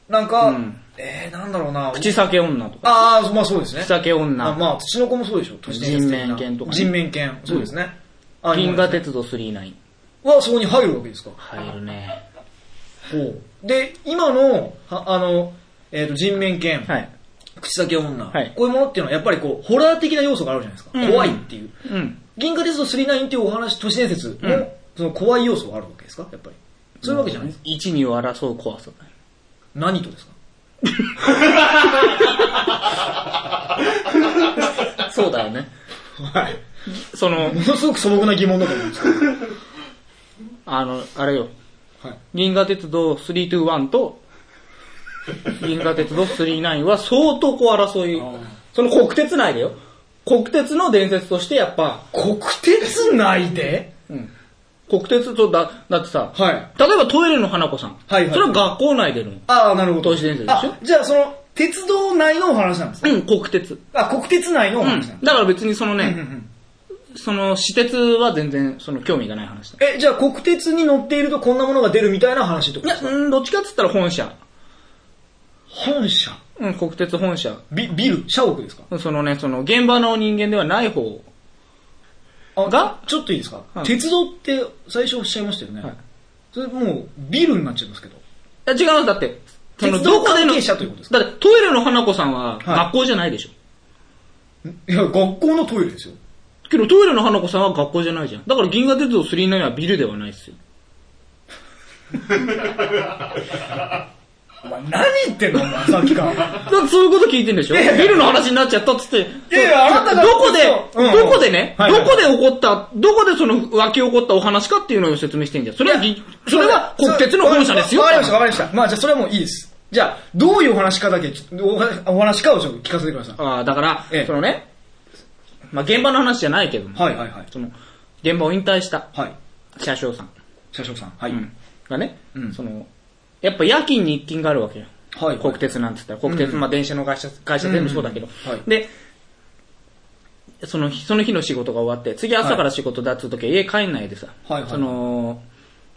S1: なんか、
S2: うん
S1: えー、なんだろうな。
S2: 口裂け女とか。
S1: ああ、まあそうですね。
S2: 口裂け
S1: あ
S2: 女。
S1: まあ、土の子もそうでしょ、都市伝説的な
S2: 人面犬とかね
S1: 人面犬、そうですね。あ
S2: 銀河鉄道39。
S1: はそこに入るわけですか。
S2: 入るね。
S1: で、今の、はあの、えっ、と、人面犬、
S2: はい。
S1: 口先女、
S2: はい
S1: こういうものっていうのはやっぱりこう、ホラー的な要素があるじゃないですか。
S2: うん
S1: 怖いっていう。
S2: うん。
S1: 銀河鉄道39っていうお話、都市伝説も、
S2: うん
S1: その怖い要素はあるわけですかやっぱり。そういうわけじゃないですか。
S2: 一二を争う怖さだね
S1: 何とですか
S2: そうだよね。
S1: はい。
S2: その
S1: も、のすごく素朴な疑問だと思うんですけど。
S2: あの、あれよ。
S1: はい。
S2: 銀河鉄道321と、銀河鉄道39は相当こう争い
S1: ー、
S2: その国鉄内でよ。国鉄の伝説としてやっぱ、
S1: 国鉄内で
S2: 国鉄とだ、だってさ、
S1: はい。
S2: 例えばトイレの花子さん。
S1: はいはい
S2: それは学校内での。
S1: ああ、なるほど。
S2: 都市伝説でしょ
S1: あじゃあその、鉄道内のお話なんですね。
S2: うん、国鉄。
S1: あ、国鉄内のお
S2: う
S1: 話なん
S2: ん。
S1: で
S2: だから別にその
S1: すね。うんう
S2: ね、
S1: ん
S2: その、私鉄は全然、その、興味がない話だ。
S1: え、じゃあ国鉄に乗っているとこんなものが出るみたいな話ってこ
S2: い
S1: とで
S2: や、
S1: すか
S2: うん、どっちかっつったら本社。
S1: 本社
S2: うん、国鉄本社。
S1: ビビル社屋ですか
S2: そのね、その、現場の人間ではない方
S1: あ
S2: が
S1: ちょっといいですか、
S2: はい
S1: 鉄道って最初おっしゃいましたよね。
S2: はい
S1: それもうビルになっちゃいますけど。
S2: いや、違います。だって、その
S1: 鉄道
S2: どこで
S1: 関
S2: の
S1: 係者ということです
S2: だって、トイレの花子さんは学校じゃないでしょ。
S1: いや、学校のトイレですよ。
S2: けど、トイレの花子さんは学校じゃないじゃん。だから、銀河鉄道39はビルではないっすよ。
S1: お前何言ってんのお前さっきから。
S2: だってそういうこと聞いてんでしょ
S1: いやいや
S2: ビルの話になっちゃったっつって。
S1: やいやあなたが
S2: どこで、
S1: そううん
S2: どこでね、
S1: はいはい
S2: どこで起こった、どこでその湧き起こったお話かっていうのを説明してんじゃん。それはぎ、それは国鉄の本社ですよ。
S1: わかりました、わかりました。まあじゃあそれはもういいです。じゃあ、どういうお話かだけ、お話お話かをちょっと聞かせてください。
S2: ああ、だから、
S1: ええ
S2: そのね、まあ現場の話じゃないけども、
S1: はいはいはい。
S2: その、現場を引退した
S1: はい。
S2: 車掌さん。
S1: 社長さん。はい。
S2: がね、
S1: うん
S2: その、やっぱ夜勤日勤があるわけよ。
S1: はい
S2: 国鉄なんて言ったら、国鉄、
S1: うん
S2: まあ電車の会社、会社全部そうだけど。
S1: うんはい
S2: で、その日、その日の仕事が終わって、次朝から仕事だっつう時は家帰んないでさ、
S1: はいはい
S2: その、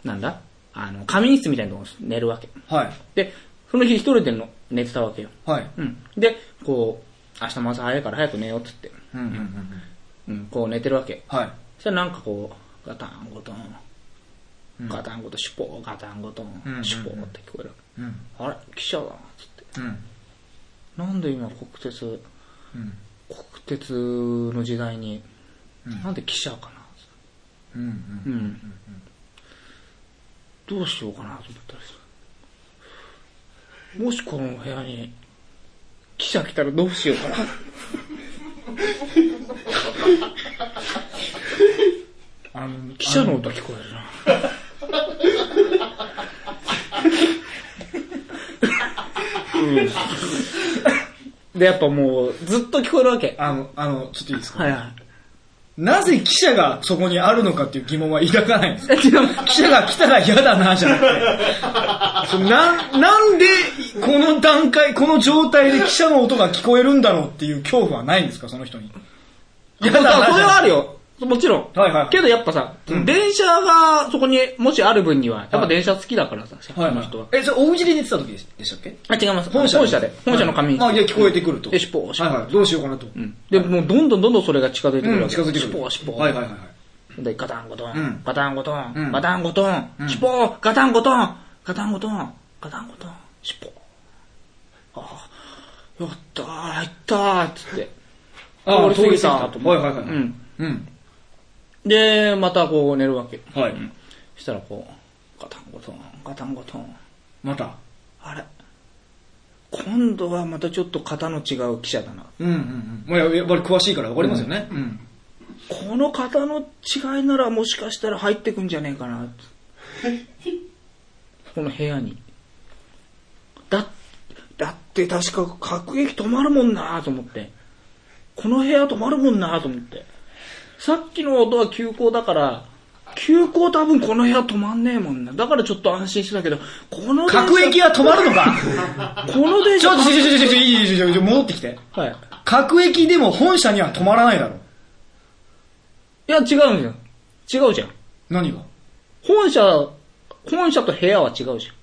S2: なんだあの、仮眠室みたいなとこに寝るわけ。
S1: はい。
S2: で、その日一人での寝てたわけよ。
S1: はい。
S2: うん。で、こう、明日も朝早いから早く寝ようっつって、
S1: うんうんうんうん。
S2: うん、こう寝てるわけ。
S1: はい。
S2: そしたらなんかこう、ガタンゴトン、ガタンゴトン、シュポー、ガタンゴト
S1: うんうんう
S2: ン、
S1: ん
S2: シュポーって聞こえる。
S1: うん。
S2: あれ記者だな、つって。
S1: うん。
S2: なんで今国鉄、
S1: うん。
S2: 国鉄の時代に、
S1: うん
S2: なんで記者かな、つっ
S1: うん。
S2: てうん。どうしようかなと思ったりする。もしこの部屋に、記者来たらどうしようかな。
S1: あの、
S2: 記者の音聞こえるな。うんで、やっぱもう、ずっと聞こえるわけ。
S1: あの、あの、ちょっといいですか、
S2: はいはい。
S1: なぜ記者がそこにあるのかっていう疑問は抱かないんですか
S2: え違う
S1: 記者が来たら嫌だな、じゃなくて。そのなん、なんで、この段階、この状態で記者の音が聞こえるんだろうっていう恐怖はないんですか、その人に。嫌だ
S2: だから
S1: な。
S2: それはある
S1: よ。
S2: よ。もちろん。
S1: はいはいはい
S2: けどやっぱさ、電車がそこにもしある分には、やっぱ電車好きだからさ、社
S1: はい、
S2: 会の人は。
S1: え、それ、大口で寝てた時でしたっけ
S2: あ、違います。
S1: 本社
S2: 本社で。本社の紙に。
S1: はいまあ、じゃあ聞こえてくると。
S2: で、シュポー、シュ
S1: は
S2: ポ
S1: い
S2: ー。
S1: はい、どうしようかなと。
S2: うんで、もうどんどんどんどんそれが近づいてくる
S1: う
S2: わ
S1: ん、
S2: け。
S1: 近づいてく
S2: シ
S1: る。
S2: ュポー、シュポー。
S1: はいはいはいはい。
S2: で、ガタンゴト
S1: う
S2: ン
S1: ん、
S2: ガタンゴト
S1: う
S2: ン、
S1: ん
S2: ガタンゴトン、シュポー、ガタンゴトン、ガタンゴトン、ガタンゴトン、シュポー。ああ、やったー、入ったー、つって。
S1: ああ、
S2: 通
S1: 通
S2: り
S1: り
S2: 過
S1: 過ぎ
S2: ぎた
S1: た。
S2: と
S1: と
S2: 思
S1: 思
S2: う
S1: はいはいはい。
S2: うん。
S1: うん。
S2: で、またこう寝るわけ。
S1: はい
S2: うんそしたらこう、ガタンゴトン、ガタンゴトン。
S1: また。
S2: あれ今度はまたちょっと型の違う記者だな。
S1: うんうんうん。まあ、やっぱり詳しいからわかりますよね。うん。
S2: この型の違いならもしかしたら入ってくんじゃねえかな。 この部屋に。だ、だって確か各駅止まるもんなと思って。この部屋止まるもんなと思って。さっきの音は急行だから、急行多分この部屋止まんねえもんな。だからちょっと安心してたけど、この電車
S1: 各駅は止まるのか
S2: この電
S1: ち
S2: 車
S1: ょっと、ちょ、ちょ、ちょ、ちょ、ちょ、いいちょ、ちょ、ちょ、戻ってきて。
S2: はい。
S1: 各駅でも本社には止まらないだろう。
S2: いや、違うんじゃん。違うじゃん。
S1: 何が
S2: 本社、本社と部屋は違うじゃん。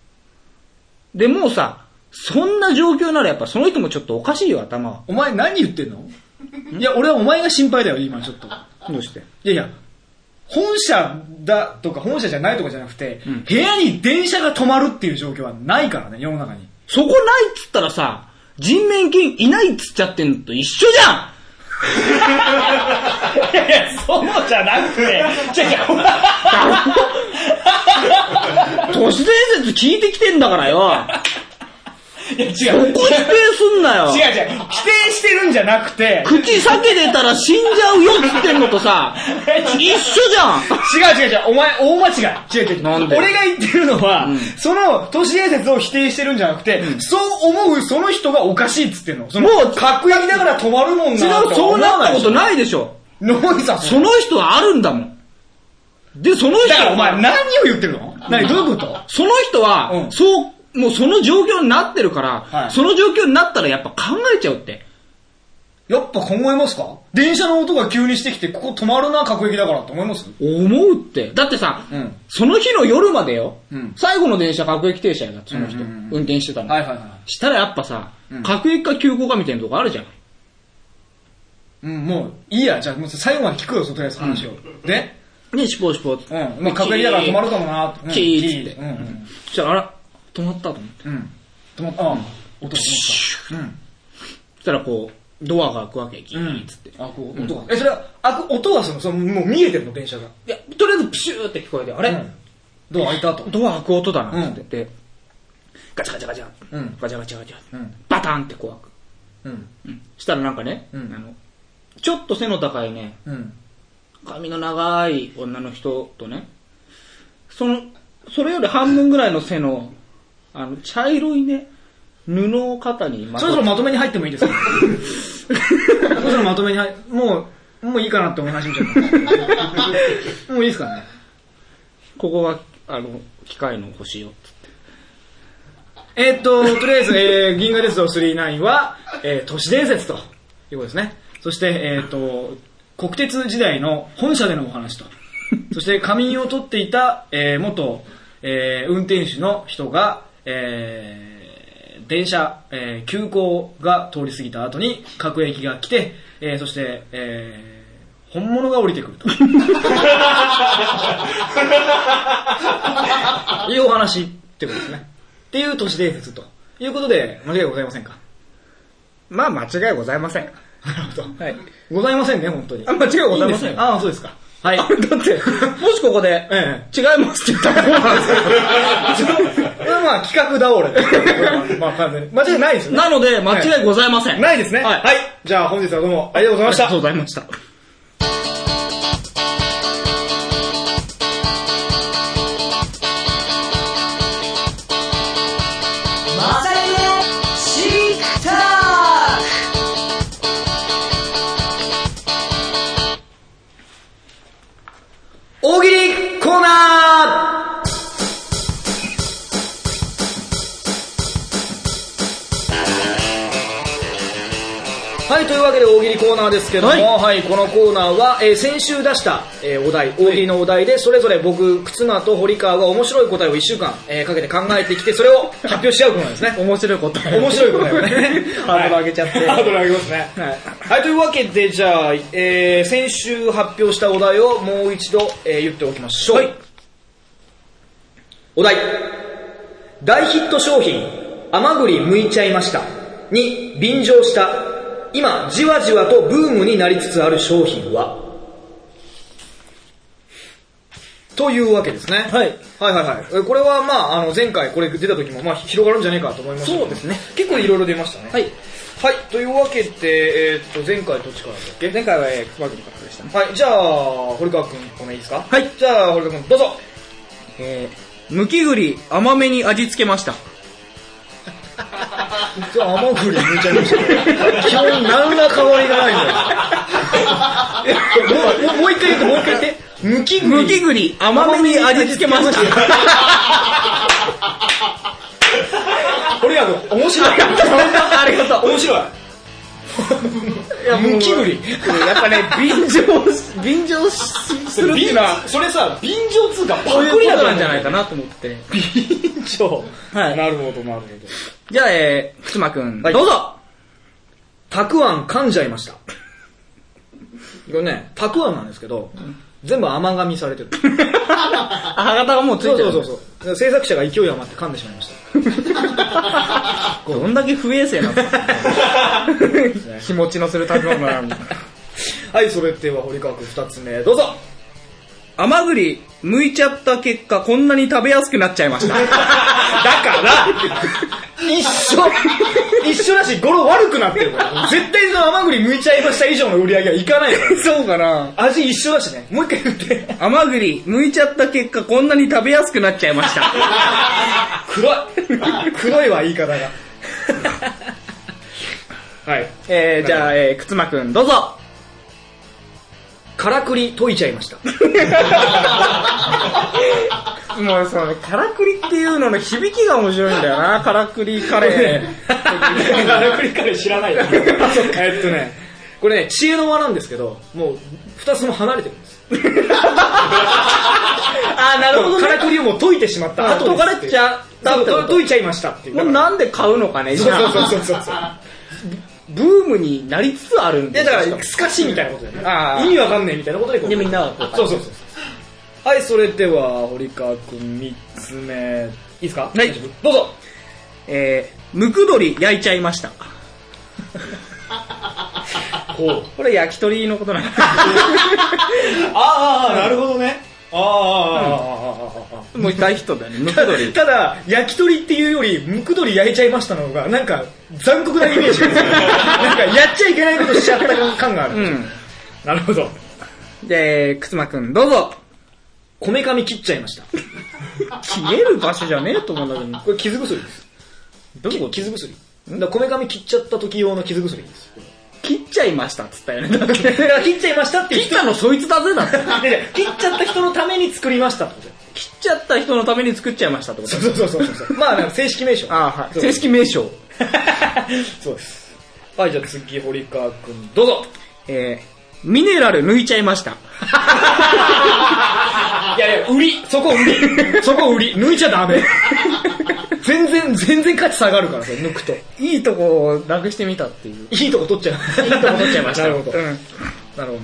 S2: でもうさ、そんな状況ならやっぱその人もちょっとおかしいよ、頭は。
S1: お前何言ってんのいや、俺はお前が心配だよ、今ちょっと。い
S2: どうして
S1: やいや、本社だとか本社じゃないとかじゃなくて、
S2: ん
S1: 部屋に電車が止まるっていう状況はないからね、世の中に。
S2: そこないっつったらさ、人面犬いないっつっちゃってんのと一緒じゃん
S1: いやいや、そうじゃなくて、じゃじゃ、
S2: 都市伝説聞いてきてんだからよ。
S1: いや違う。
S2: そこ否定すんなよ。
S1: 違う違う。否定してるんじゃなくて、
S2: 口裂けてたら死んじゃうよっつってんのと さ、一緒じゃん。
S1: 違う違う違う、お前、大間違い。違う違う。
S2: なんで
S1: 俺が言ってるのは、その都市伝説を否定してるんじゃなくて、そう思うその人がおかしいっつってんの。その
S2: もう
S1: 格やりながら止まるもんな
S2: 違う、そうなったことないでしょ。
S1: 野森さん、
S2: その人はあるんだもん。で、その人
S1: だから
S2: は、
S1: お前、何を言ってるの何、どういうこと
S2: その人は、
S1: うん
S2: そう、もうその状況になってるから、
S1: はい
S2: その状況になったらやっぱ考えちゃうって。
S1: やっぱ考えますか電車の音が急にしてきて、ここ止まるな、各駅だからって思います
S2: 思うって。だってさ、
S1: うん
S2: その日の夜までよ、
S1: うん
S2: 最後の電車各駅停車やな、その人、
S1: うんうんうん
S2: 運転してたの。
S1: はいはいはい。
S2: したらやっぱさ、
S1: うん
S2: 各駅か急行かみたいなとこあるじゃん。
S1: うん、もう、いいや。じゃあ、もう最後まで聞くよ、とりあえず話を。で
S2: ね、しぽしぽって。
S1: うん。まあ、各駅だから止まるかもな、と。うん
S2: キーっつって
S1: うんうん。
S2: そしたら、あら、止まったと思って。
S1: うん。止まった。あ、音が止まっ
S2: そしたらこう、ドアが開くわけ、キ
S1: た。うん。
S2: ーっつって。
S1: あ、こう、音が。え、それは、あ、音はその、その、もう見えてるの、電車が。
S2: いや、とりあえずプシューって聞こえて、あれ、
S1: うんドア開いた後。
S2: ドア開く音だ
S1: うん
S2: なって言って、ガチャガチャガチャ、
S1: うん
S2: ガチャガチャガチャ、
S1: うん
S2: バタンってこう開く。
S1: うん。
S2: うんしたらなんかね、
S1: うん
S2: あの、ちょっと背の高いね、
S1: うん。
S2: 髪の長い女の人とね、その、それより半分ぐらいの背の、あの、茶色いね、布を肩にま
S1: そろそろまとめに入ってもいい ですかそろそろまとめに入もう、もういいかなって思い始めちゃ った。もういいですかね
S2: ここが、あの、機械の星よ。
S1: えーっと、とりあえず、えー、銀河鉄道39は、えー、都市伝説ということですね。そして、えーっと、国鉄時代の本社でのお話と。そして、仮眠を取っていた、えー、元、えー、運転手の人が、えー、電車、えー、急行が通り過ぎた後に、各駅が来て、えー、そして、えー、本物が降りてくると。いうお話ってことですね。っていう都市伝説ということで、間違いございませんか
S2: まあ、間違いございません。
S1: なるほど。
S2: はい。
S1: ございませんね、本当に。
S2: あ間違いございません
S1: ですねああ、そうですか。はい。
S2: だって、もしここで、
S1: え え
S2: 違いますって言ったらどうなんですよ
S1: これはまあ、企画倒れ。 まあ、完全に。間違いないですよね。
S2: なので、間違いございません。
S1: ないですね。
S2: は
S1: はいい。じゃあ、本日はどうもありがとうございました。
S2: うございました。
S3: まさゆりのシーター
S1: 大喜利コーナーはい、というわけで大喜利コーナーですけども、
S2: は
S1: はいい、このコーナーは、えー先週出した、えーお題、大喜利のお題で、それぞれ僕、忽那と堀川が面白い答えを1週間、えーかけて考えてきて、それを発表し合うコーナーですね。
S2: 面白いこと。、
S1: 面白い答えをね
S2: ハードル上げちゃって。
S1: ハードル上げますね。はい、というわけで、じゃあ、えー、先週発表したお題をもう一度、えー言っておきましょう。お題。大ヒット商品、甘栗剥いちゃいました。に、便乗した。今、じわじわとブームになりつつある商品はというわけですね。
S2: はい
S1: はいはいはい。えこれはまあ、あの、前回これ出た時も、まあ、広がるんじゃねえかと思いましたけど
S2: そうですね。
S1: 結構いろいろ出ましたね。
S2: はい。
S1: はい、というわけで、えーっと、前回どっちからだっけ
S2: 前回は、えー、熊君からでしたね。
S1: はい、じゃあ、堀川くん、このいいですか
S2: はい
S1: じゃあ、堀川くん、どうぞ
S2: えー、むき栗甘めに味付けました。
S1: じゃあ、甘栗抜いちゃいました。基本、何ら変わりがないんだよ。もう、もう一回言って、もう一回言って。むき栗。
S2: むき栗甘めに味付けました。
S1: 堀川くん、面白い。
S2: ありがとう。
S1: 面白い。
S2: いや
S1: むき栗
S2: やっぱね、便乗、便乗するっていうのは、
S1: それさ、便乗通貨パ
S2: そういう
S1: ク
S2: こ
S1: リだ
S2: と
S1: と
S2: な
S1: 思うん
S2: じゃない
S1: か。
S2: かなと 思って。
S1: 便乗。
S2: はい
S1: なるほど、なるほど。
S2: じゃあ、えー、ふつまくん、
S1: はい
S2: どうぞ
S1: たくあん噛んじゃいました。これね、 たくあんなんですけど、全部甘噛みされてる。
S2: あ、歯型がもうつい
S1: そう
S2: て
S1: そ
S2: る。
S1: うそうそう。制作者が勢い余って噛んでしまいました。
S2: どんだけ不衛生 なんだ日持ちのする食べ物なんだ。
S1: はい、それでは堀川君二つ目、どうぞ
S2: 甘栗、剥いちゃった結果、こんなに食べやすくなっちゃいました。だから、
S1: 一緒一緒だし、語呂悪くなってるから。絶対その甘栗剥いちゃいました以上の売り上げはいかないから。
S2: そうかな。
S1: 味一緒だしね。もう一回言って。
S2: 甘栗、剥いちゃった結果、こんなに食べやすくなっちゃいま した。
S1: 黒 い。黒いは言い方が。はい。
S2: えー、じゃあ、えー、くつまくん、どうぞ。
S1: からくり溶いちゃいました。
S2: もうその、からくりっていうのの響きが面白いんだよな。からくりカレ
S1: からくりカレー知 らないよ。そっか、えっとね。これね、知恵の輪なんですけど、もう二つも離れてるんです。
S2: あー、なるほど
S1: か
S2: ね。
S1: らくりをもう溶いてしまった。
S2: あ、
S1: 後
S2: 溶
S1: です
S2: かれちゃった
S1: そ
S2: っ
S1: う
S2: てこと
S1: 溶いちゃいましたっていう。
S2: もうなんで買うのかね、じ
S1: そう
S2: ゃあ。
S1: そうそうそうそう。
S2: ブームになりつつある
S1: い
S2: ん
S1: や
S2: で
S1: だか、
S2: しから
S1: すかしみたいなことだよね。
S2: あー
S1: 意味わかんないみたいなことでこう。
S2: でみんながこう
S1: そうそうそう。はい、それでは、堀川くん3つ目。いいですかはいどうぞ。
S2: えー、ムクドリ焼いちゃいま した。
S1: こう。
S2: これ焼き鳥のことな んだ
S1: ああ、なるほどね。ああ、ああ、ああ、あ
S2: もう大ヒットだよね、ムク ドリ。
S1: ただ、焼き鳥っていうより、ムクドリ焼いちゃいましたの方が、なんか、残酷なイメージ ですよなんか、やっちゃいけないことしちゃった感がある。
S2: う
S1: なるほど。
S2: ん。で、くつまくん、どうぞ。
S1: こめかみ切っちゃいました。
S2: 切れる場所じゃねえと思うんだけど、
S1: これ、傷薬です。
S2: どういうこと
S1: 傷薬。だからこめかみ切っちゃった時用の傷薬です。
S2: 切っちゃいましたっつったよね。だって
S1: だから 切っちゃいましたっていう
S2: 切っ
S1: 人
S2: たのそいつだぜだって。
S1: いやいや切っちゃった人のために作りましたってこと
S2: 切っちゃった人のために作っちゃいましたってこと
S1: そうそうそうそうそう。まあ、なんか正式名称。
S2: あーはい。
S1: そうで
S2: 正
S1: す
S2: 式 名称。
S1: そうです。はい、じゃあ次、堀川くん、どうぞ。
S2: えー、ミネラル抜いちゃいました。
S1: いやいや、売り。そこ売 り。そこ売り。抜いちゃダ メ。全然、全然価値下がるから、それ抜くと。
S2: いいとこを楽してみたっていう。
S1: いいとこ取っちゃう。
S2: いいとこ取っちゃいました。
S1: なるほど。
S2: う
S1: なる
S2: ん。
S1: ほど、なるほど。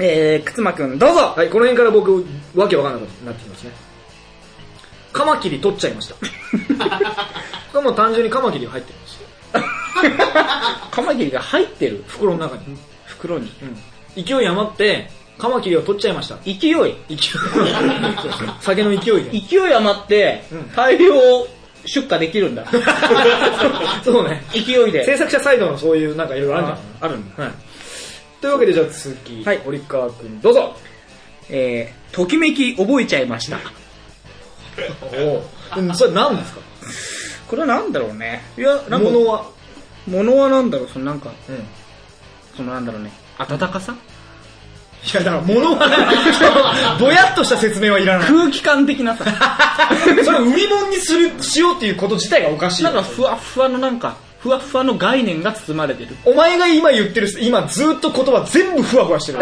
S2: えー、くつまくん、どうぞ。
S1: はい、この辺から僕、わけわかんなくなってきますね。カマキリ取っちゃいま した。これもう単純にカマキリが入ってるんですよ。
S2: カマキリが入ってる
S1: 袋の中に。
S2: 袋に。
S1: うん。勢い余って、カマキリを取っちゃいました。
S2: 勢 い。
S1: 勢い。そうそう酒の勢 いで。
S2: 勢い余って
S1: うん、
S2: 大量出荷できる んだ。
S1: そうね。
S2: 勢い
S1: 制
S2: で。
S1: 作者サイドのそういうなんかいろいろあるんじゃない
S2: あるんだ。
S1: はい。というわけでじゃあ次、
S2: はい
S1: 堀川くんどうぞ
S2: えー、ときめき覚えちゃいました。
S1: おうんそれ何ですか
S2: これはなんだろうね。いや、なんか、
S1: 物は。
S2: 物はなんだろう、そのなんか、
S1: うん。い
S2: そのなんだろうね。温かさ
S1: や、だから物は、 ぼやっとした説明はいらない。
S2: 空気感的なさ。
S1: それを売り物にする、しようっていうこと自体がおかしい。
S2: なんかふわっふわのなんか、ふわっふわの概念が包まれてる。
S1: お前が今言ってる、今ずっと言葉全部ふわふわしてる。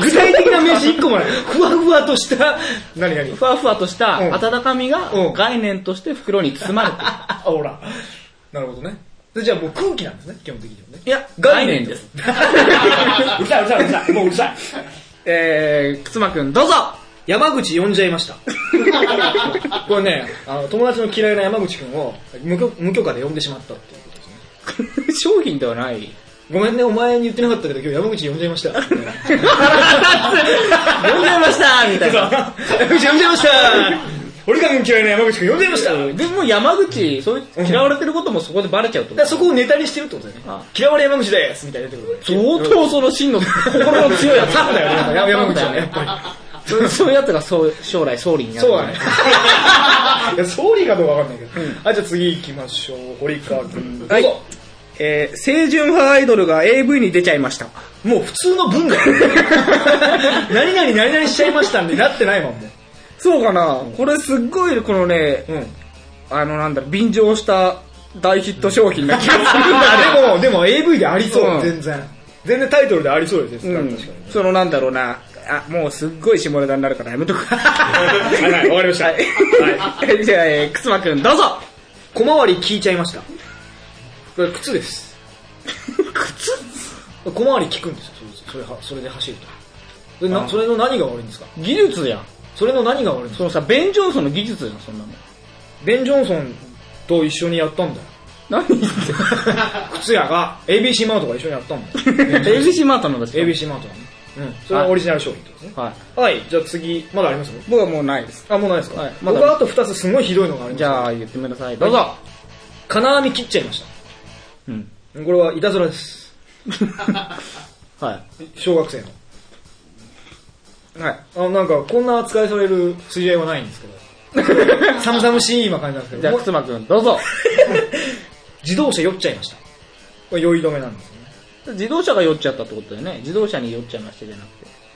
S1: 具体的な名詞一個もない。ふわふわとした、何何
S2: ふわふわとした
S1: うん
S2: 温かみが
S1: うん
S2: 概念として袋に包まれてる。
S1: あ、ほら。なるほどね。でじゃあもう空気なんですね、基本的にはね。
S2: いや、
S1: 概
S2: 概
S1: 念
S2: 念
S1: で
S2: ですす。
S1: うるさい、うるさい、うるさい。もううるさい。
S2: えー、くつまくん、どうぞ
S1: 山口呼んじゃいました。これね、あの友達の嫌いな山口くんを無許無許可で呼んでしまったっていうことですね。
S2: 商品ではない。
S1: ごめんね、お前に言ってなかったけど今日山口呼んじゃいました。みたいな
S2: 読んじゃいましたみたいな。
S1: 山口呼んじゃいました俺が嫌いな山口くん呼んじゃいましただか
S2: でも山口、そういう嫌われてることもそこでバレちゃうってこ
S1: ら
S2: と
S1: そこをネタにしてるってことだよね
S2: あ。
S1: 嫌われ山口ですみたいなってこと
S2: 相当その真の心の強いやつ
S1: なんだよね、なんか や山口はね、やっ
S2: ね。
S1: ぱり。
S2: そうそういうやつがそう将来総理になる。
S1: そうだね。 いや、総理かどうかわかんないけど。はい、じゃあ次行きましょう。堀川くん。
S2: はい
S1: どうぞ。
S2: えー、清純派アイドルが AV に出ちゃいました。
S1: もう普通の文だよ。 何々何々しちゃいましたんで、なってないもん、もう。
S2: そうかな、これすっごいこのね、
S1: うん。
S2: あのなんだろう、便乗した大ヒット商品な気がするんだね。
S1: あでも、でも AV でありそうう、
S2: ん
S1: 全然。全然タイトルでありそうです
S2: う
S1: よ、
S2: ん
S1: 確かに。、
S2: そのなんだろうな、あ、もうすっごい下ネタになるからやめとく。
S1: はいはいわかりました
S2: はい。 じゃあ、えー、くつまくん、どうぞ
S1: 小回り聞いちゃいました。これ、靴です。 靴小回り聞くんですよ、それそれはそれで走ると。でなそれの何が悪いんですか
S2: 技術じゃん。
S1: それの何が悪いんです
S2: そ
S1: か
S2: のさ、ベン・ジョンソンの技術じゃん、そんなの。
S1: ベン・ジョンソンと一緒にやったんだよ。
S2: 何言ってんの
S1: 靴屋が ABC マートが一緒にやったんだよ。
S2: ABC マートのですか
S1: ABC マートがね。うん。それはオリジナル商品ってことですね。
S2: はい。
S1: はい、じゃあ次、まだあります
S2: 僕はもうないです。
S1: あ、もうないですか、
S2: はいまだ
S1: 僕はあと2つすごいひどいのがあります。
S2: じゃあ、言ってください。
S1: どうぞ。金網切っちゃいまし
S2: うん。
S1: た。これはいたずらです。
S2: は
S1: 小学生の。はい。あなんか、こんな扱いされる水泳はないんですけ ど。寒々しい今感じなんです
S2: い。
S1: け
S2: じゃ
S1: ど
S2: あ、。くつまくん、どうぞ。
S1: 自動車酔っちゃいました。これ酔い止めなんですね。
S2: 自動車が酔っちゃったってことだよね。自動車に酔っちゃいましたじゃなく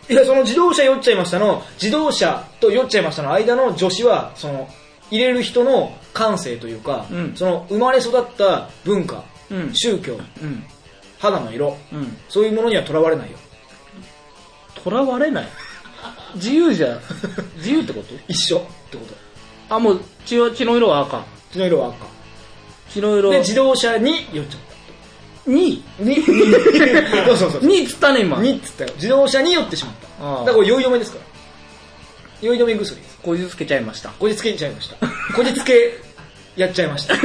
S2: て。
S1: いや、その自動車酔っちゃいましたの、自動車と酔っちゃいましたの間の助詞は、その、入れる人の感性というか、
S2: うん
S1: その生まれ育った文化、
S2: うん
S1: 宗教、
S2: うん。
S1: 肌の色、
S2: うん。
S1: そういうものにはとらわれないよ。
S2: とらわれない。自由じ ゃ、自由ってこと
S1: 一緒ってこと。
S2: あ、もう血は、血の色は赤。
S1: 血の色は赤。
S2: 血の色
S1: で、自動車に酔っちゃっ
S2: に、
S1: た。に、 そうそうそう。
S2: にっつったね、今。
S1: にっつったよ。自動車に酔ってしまった。
S2: ああ
S1: だからこれ酔い止めですから。酔い止め薬です。
S2: こじつけちゃいました。
S1: こじつけちゃいました。こじつけ、やっちゃいました。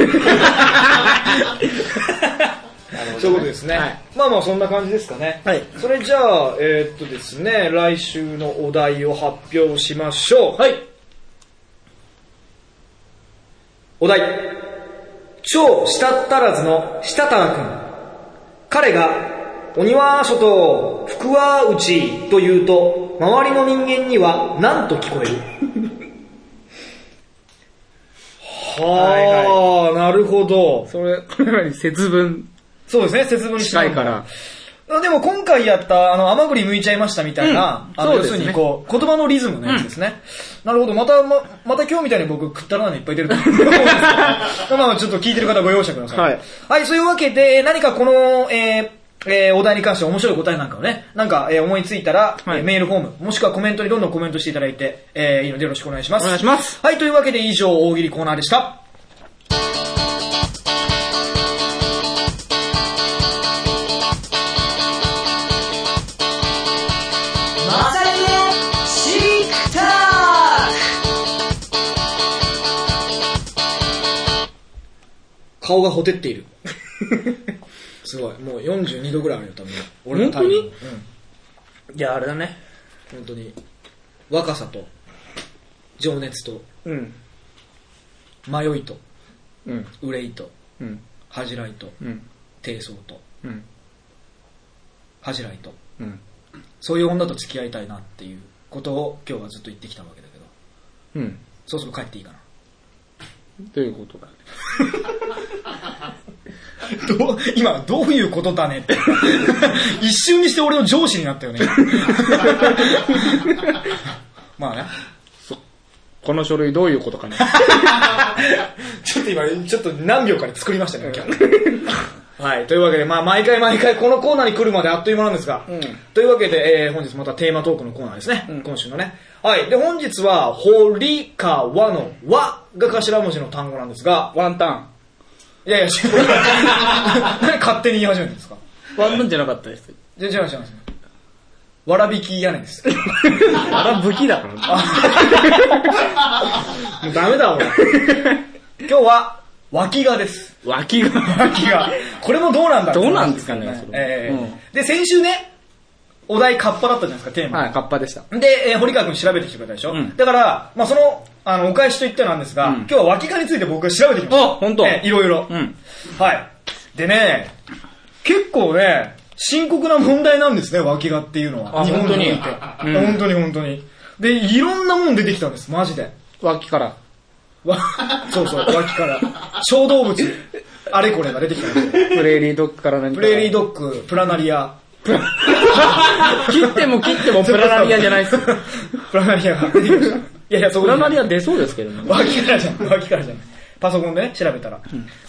S1: そういうことですね。
S2: はい
S1: まあまあそんな感じですかね。
S2: はい
S1: それじゃあ、えーっとですね、来週のお題を発表しましょう。はい。お題。超舌足らずの舌たらくん。彼が、鬼は外、福は内と言うと、周りの人間には何と聞こえるはあ、なるほど。
S2: それ、これに節分
S1: そうですね、節分にし
S2: 近
S1: ない
S2: から。
S1: あでも今回やった、あの、甘栗剥いちゃいましたみたいな、
S2: うん
S1: あの
S2: そう
S1: 要
S2: ですす
S1: る
S2: ね
S1: にこう、言葉のリズムのやつですね。なるほど、また、ま、また今日みたいに僕、くったらないのいっぱい出ると思うん ですけど、まあちょっと聞いてる方ご容赦ください。
S2: はい。
S1: はい、そういうわけで、何かこの、えーえーお題に関して面白い答えなんかをね、なんか、えー思いついたら、
S2: はい
S1: えーメールフォーム、もしくはコメントにどんどんコメントしていただいて、えーいいのでよろしくお願いします。
S2: お願いします。
S1: はい、というわけで以上、大喜利コーナーでした。
S3: マサルのシーター
S1: 顔がほてって いる。すごい。もう42度ぐらいあるよ、多分。俺の
S2: 本当に
S1: 体温
S2: いや、あれだね。
S1: うん。本当に。若さと、情熱と、
S2: うん。
S1: 迷いと、
S2: うん。
S1: 憂いと、
S2: うん。
S1: 恥じらいと、
S2: うん。
S1: 低層と、
S2: うん。
S1: 恥じらいと、
S2: うん。
S1: そういう女と付き合いたいなっていうことを今日はずっと言ってきたわけだけど、
S2: うん。
S1: そろそろ帰っていいかな。
S2: ということだね。
S1: どう今、どういうことだねって。 一瞬にして俺の上司にな ったよね。まあね。
S2: この書類どういうこと かね。
S1: ちょっと今、ちょっと何秒かで作りましたね、 はい、というわけで、まあ、毎回毎回このコーナーに来るまであっという間なんですが、
S2: ん
S1: というわけで、えー本日またテーマトークのコーナーですね、今週のね。はい、で、本日は、堀川の和が頭文字の単語なんですが、
S2: ワンタン。
S1: いやいや、違う 何勝手に言い始めるんですか
S2: ワンタンじゃなかったです。
S1: 全然違う違う違う。わらびき屋根です。
S2: あら、武器だからね。
S1: もうダメだ、俺。今日は、脇がです。
S2: 脇が。
S1: 気が。これもどうなんだ
S2: どうなんですかねそれ
S1: ええ
S2: うん
S1: で、先週ね、お題カッパだったじゃないですか、テーマ。
S2: はい、カッパでした。
S1: で、えー堀川君調べてきてくれたでしょ、
S2: うん
S1: だから、まあ、その、あの、お返しと言ってはなんですが、
S2: うん
S1: 今日は脇がについて僕が調べてきました。
S2: あ、本当。
S1: ええいろいろ、
S2: うん。
S1: はい。でね、結構ね、深刻な問題なんですね、脇がっていうのは。
S2: あ
S1: 日本において。
S2: 本当にうん
S1: 本当に本当に。で、いろんなもん出てきたんです、マジで。
S2: 脇から。
S1: わそうそう、脇から。小動物、あれこれが出てきたんですよ。
S2: プレーリードッグから何か。
S1: プレーリードッグ、プラナリ ア。
S2: 切っても切っても プラナリアじゃないっすよ。
S1: プラナ リアが出てきました。いやいや、そこ
S2: プ
S1: に
S2: ラナリア出そうですけどね。
S1: 脇からじゃん、脇からじゃん。パソコンでね、調べたら。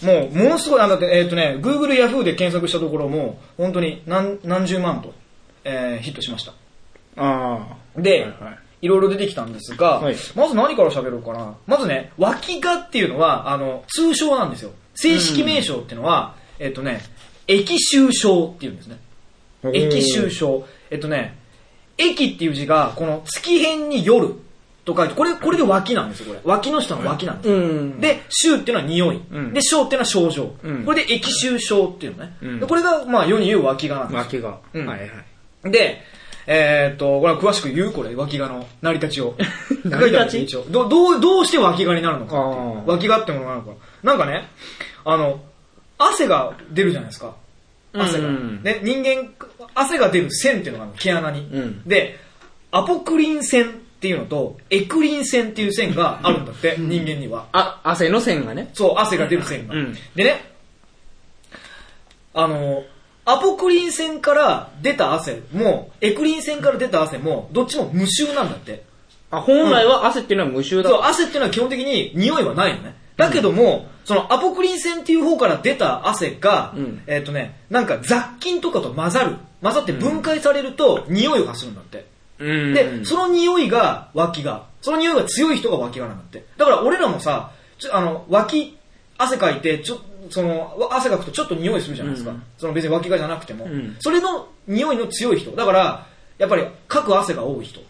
S1: もう、ものすごい、あだって、えっ、とね、Google、Yahoo で検索したところも、本当に何何十万と、えーヒットしました。
S2: あ
S1: で、
S2: はいいはい
S1: ろいろ出てきたんですが、
S2: はい
S1: まず何から喋ろうかな。まずね、脇がっていうのは、あの、通称なんですよ。正式名称っていうのは、えっ、とね、液臭症っていうんですね。
S2: あ。
S1: 駅周。症。えっとね、駅っていう字が、この月辺に夜っと書いて、これ、これで脇なんですよ、これ。脇の下の脇なんですよ。
S2: うん
S1: で、臭っていうのは匂い。
S2: ん
S1: で、症っていうのは症状。
S2: うん
S1: これで液臭症っていうのね。
S2: ん
S1: でこれが、まあ、世に言う脇がなんですよ
S2: 脇が。
S1: うん
S2: はいはい。
S1: で、えーっと、これは詳しく言うこれ、脇がの成り立ち を。
S2: 成り立ち
S1: 一応どどう、どうして脇がになるのかっていう
S2: あー
S1: 脇がってものがあるのか。なんかね、あの、汗が出るじゃないですか。汗が。
S2: うん
S1: ね、人間、汗が出る線っていうのがあるの毛穴に。
S2: うん
S1: で、アポクリン線っていうのと、エクリン線っていう線があるんだって、人間には。
S2: あ、汗の線がね。
S1: そう、汗が出る線が。
S2: うん
S1: でね、あの、アポクリン腺から出た汗も、エクリン腺から出た汗も、どっちも無臭なんだって。
S2: あ、本来は汗っていうのは無臭だ。
S1: そう、汗っていうのは基本的に匂いはないのね。だけども、そのアポクリン腺っていう方から出た汗が、
S2: うん
S1: えっ、とね、なんか雑菌とかと混ざる。混ざって分解されると、匂いを発するんだって。
S2: うん
S1: で、その匂いが脇が。その匂いが強い人が脇がなんだって。だから俺らもさ、ちょあの、脇、汗かいて、ちょ、その、わ汗かくとちょっと匂いするじゃないですか。
S2: うん
S1: その別に脇がじゃなくても。
S2: ん
S1: それの匂いの強い人。だから、やっぱり、かく汗が多い人。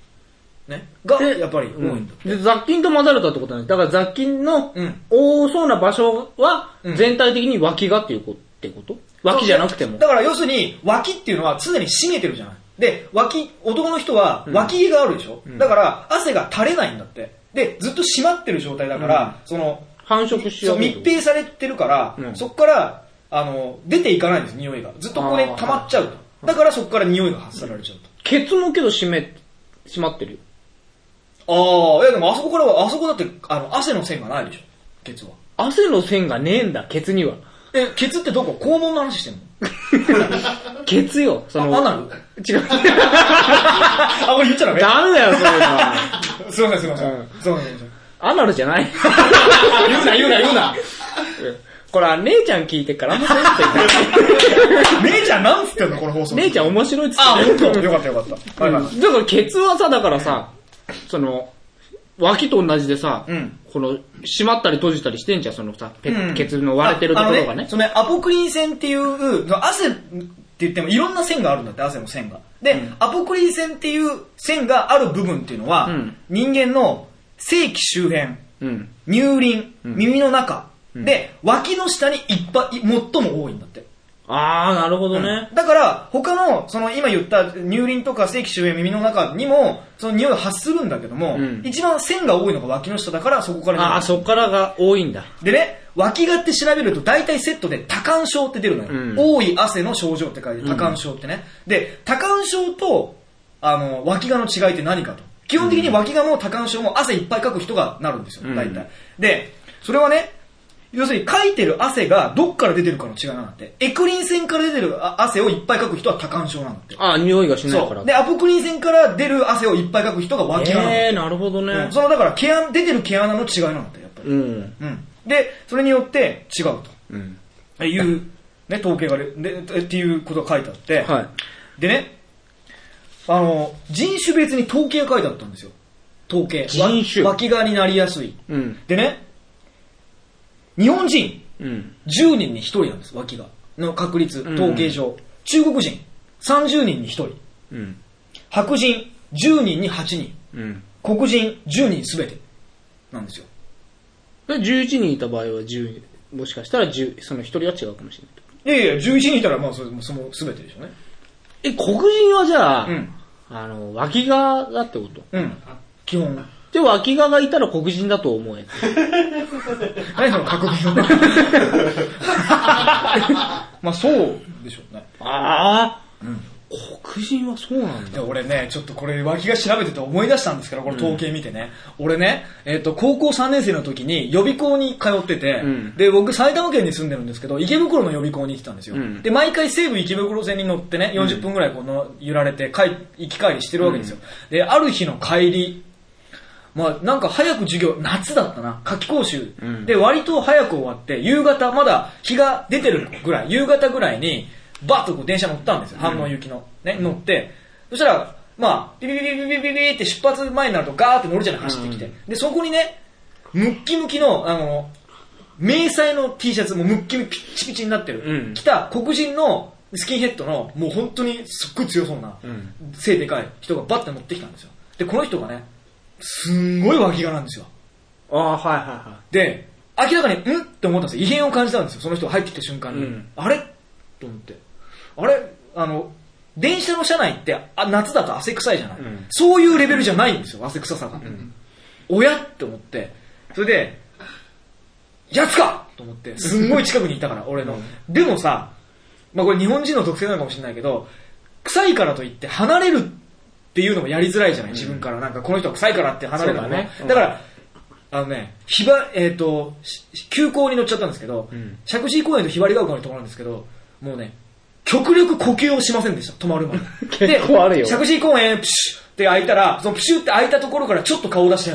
S1: ね。が、
S2: で
S1: やっぱり多い
S2: うんん
S1: だって。
S2: で雑菌と混ざるとってことなんです。だから雑菌の
S1: うん
S2: 多そうな場所は
S1: うん
S2: 全体的に脇がっていうことってこと脇じゃなくても
S1: だ。から要するに、脇っていうのは常に締めてるじゃない。で、脇、男の人は脇毛があるでしょ、だから、汗が垂れないんだって。で、ずっと締まってる状態だから、その、
S2: 繁殖し
S1: そ
S2: よ
S1: う
S2: う。
S1: 密閉されてるから、
S2: うん
S1: そこからあの出ていかないんです、匂いが。ずっとここで
S2: あー
S1: 溜まっちゃうと。だからそこから匂いが発せられちゃうと。
S2: ケツもけど締め、締まってるよ。
S1: ああ、いやでもあそこからは、あそこだってあの汗の線がないでしょ、ケツは。
S2: 汗の線がねえんだ、ケツには。
S1: え、ケツってどこ肛門の話してんの
S2: ケツよ、その。
S1: あアナル
S2: 違う。
S1: あ、俺言っちゃダメ
S2: ダメだよ、そういうのは。
S1: すいません、すいません。
S2: うん
S1: すいませんすいません。
S2: アナルじゃない。
S1: 言うな、言うな、言うな。
S2: これ、姉ちゃん聞いてっからあんまそういうこと言って
S1: 姉ちゃんなんつってんの、この放送。
S2: ない。姉ちゃん面白いっつって
S1: あ、
S2: たよ
S1: 本当よかったよかった。はいはい。
S2: だからケツはさ、だからさ、その、脇と同じでさ、
S1: うん
S2: この、閉まったり閉じたりしてんじゃん、そのさ、ペ
S1: うん
S2: ケツの割れてるところ
S1: ああ
S2: が
S1: の
S2: ね。
S1: そのアポクリン腺っていう、汗って言ってもいろんな線があるんだって、汗の線が。で、アポクリン腺っていう線がある部分っていうのは、
S2: うん
S1: 人間の性器周辺、
S2: うん。
S1: 乳輪、耳の中、で、脇の下にいっぱい、最も多いんだって。
S2: あー、なるほどね。
S1: だから、他の、その今言った乳輪とか性器周辺、耳の中にも、その匂いを発するんだけども、
S2: うん
S1: 一番線が多いのが脇の下だから、そこから匂い
S2: あ
S1: が
S2: ー、そっからが多いんだ。
S1: でね、脇がって調べると大体セットで多汗症って出るのよ。
S2: うん
S1: 多い汗の症状って書いて多汗症ってね。で、多汗症と、あの、脇がの違いって何かと。基本的に脇がも多汗症も汗いっぱいかく人がなるんですよ、
S2: うん
S1: 大体。で、それはね、要するに書いてる汗がどっから出てるかの違いなんだって。エクリン腺から出てるあ汗をいっぱいかく人は多汗症なんだって。
S2: あー、匂いがしないか
S1: そ
S2: ら
S1: う。。で、アポクリン腺から出る汗をいっぱいかく人が脇がなんだって
S2: えー、なるほど
S1: う
S2: ね
S1: ん。そのだから毛穴、出てる毛穴の違いなんだって、やっぱり。
S2: うん。
S1: うん、でそれによって違うと、
S2: うん。
S1: えいう、ね、統計がれでえっていうことが書いてあって、
S2: はい。
S1: でねあの人種別に統計が書いてあったんですよ統計
S2: 人種
S1: わ脇側になりやすい
S2: うん。
S1: でね日本人
S2: うん。
S1: 10人に1人なんです脇がの確率
S2: ん
S1: 統計上、中国人30人に1人
S2: うん。
S1: 白人10人に8人
S2: うん。
S1: 黒人10人全てなんですよ
S2: で、11人いた場合は10、もしかしたら10、その1人は違うかもしれな
S1: い
S2: い。
S1: やいや11人いたらまあそれその全てでしょうね
S2: え、黒人はじゃあ、
S1: うん
S2: あの、脇がだってこと
S1: うん。基本。
S2: で、脇ががいたら黒人だと思え。
S1: 何その確認 まあそうでしょうね。
S2: ああ、黒人はそうなん
S1: で
S2: だ。
S1: 俺ね、ちょっとこれ脇が調べてて思い出したんですけど、これ統計見てね。俺ね、えっ、と、高校3年生の時に予備校に通ってて、
S2: うん
S1: で、僕埼玉県に住んでるんですけど、池袋の予備校に行ってたんですよ。
S2: うん
S1: で、毎回西武池袋線に乗ってね、40分ぐらいこの揺られて、帰行き帰りしてるわけですよ。で、ある日の帰り、まあ、なんか早く授業、夏だったな、夏期講習、
S2: うん
S1: で、割と早く終わって、夕方、まだ日が出てるぐらい、夕方ぐらいに、バッとこう電車乗ったんですよ、反応行きの。ね、乗って、そしたら、まあ、ビビビビビビビビって出発前になるとガーって乗るじゃない、走ってきて。で、そこにね、ムッキムキの、あの、迷彩の T シャツ、もうムッキムキピッチピチになってる、
S2: うん
S1: 着た黒人のスキンヘッドの、もう本当にすっごい強そうな、
S2: ん
S1: 背でかい人がバッて乗ってきたんですよ。で、この人がね、すんごい脇がなんですよ。
S2: ああ、はいはいはい。
S1: で、明らかに、んって思ったんですよ。異変を感じたんですよ。その人が入ってきた瞬間に。
S2: うん
S1: あれと思って。あれあの、電車の車内ってあ夏だと汗臭いじゃない、
S2: うん
S1: そういうレベルじゃないんですよ、汗臭さが。おやって思って。それで、やつかと思って、すんごい近くにいたから、俺の。でもさ、まあこれ日本人の特性なのかもしれないけど、臭いからといって離れるっていうのもやりづらいじゃない、自分から。なんかこの人は臭いからって離れるの
S2: そうだ
S1: ね
S2: ね。うん
S1: だから、あのね、ひば、えっ、と、し急行に乗っちゃったんですけど、
S2: ん
S1: 石神井公園とひばりが丘に止まるんですけど、もうね、極力呼吸をしませんでした、止まるまで。
S2: 結構あるよ
S1: で石神井公園、プシュって開いたら、そのプシュって開いたところからちょっと顔を出して、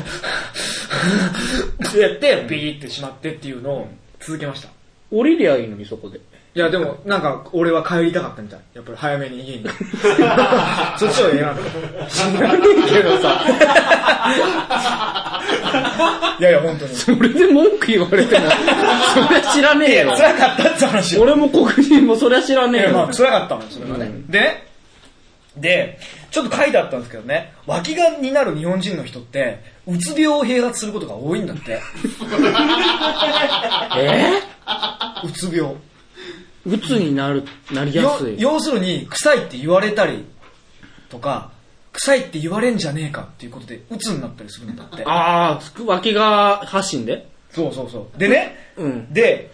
S1: ってやって、ビーってしまってっていうのを続けました。
S2: 降りりゃいいのに、そこで。
S1: いや、でも、なんか、俺は帰りたかったみたい。やっぱり早めに家に。 そっちを選んだ。
S2: 知らねえけどさ、
S1: いやいや、本当に。
S2: それで文句言われても、そりゃ知らねえよ。
S1: 辛かったって話。
S2: 俺も黒人もそりゃ知らねえ
S1: まあ、
S2: よ。
S1: 辛かったのよ、それはね。
S2: うん
S1: でね、で、ちょっと書いてあったんですけどね、脇がになる日本人の人って、うつ病を併発することが多いんだって。
S2: え
S1: うつ病。
S2: うつになる、なりや
S1: よ
S2: すい。
S1: 要するに、臭いって言われたりとか、臭いって言われんじゃねえかっていうことで、うつになったりするんだって。
S2: ああ、つく脇が発信で。
S1: そうそうそう。でね、
S2: うん
S1: で、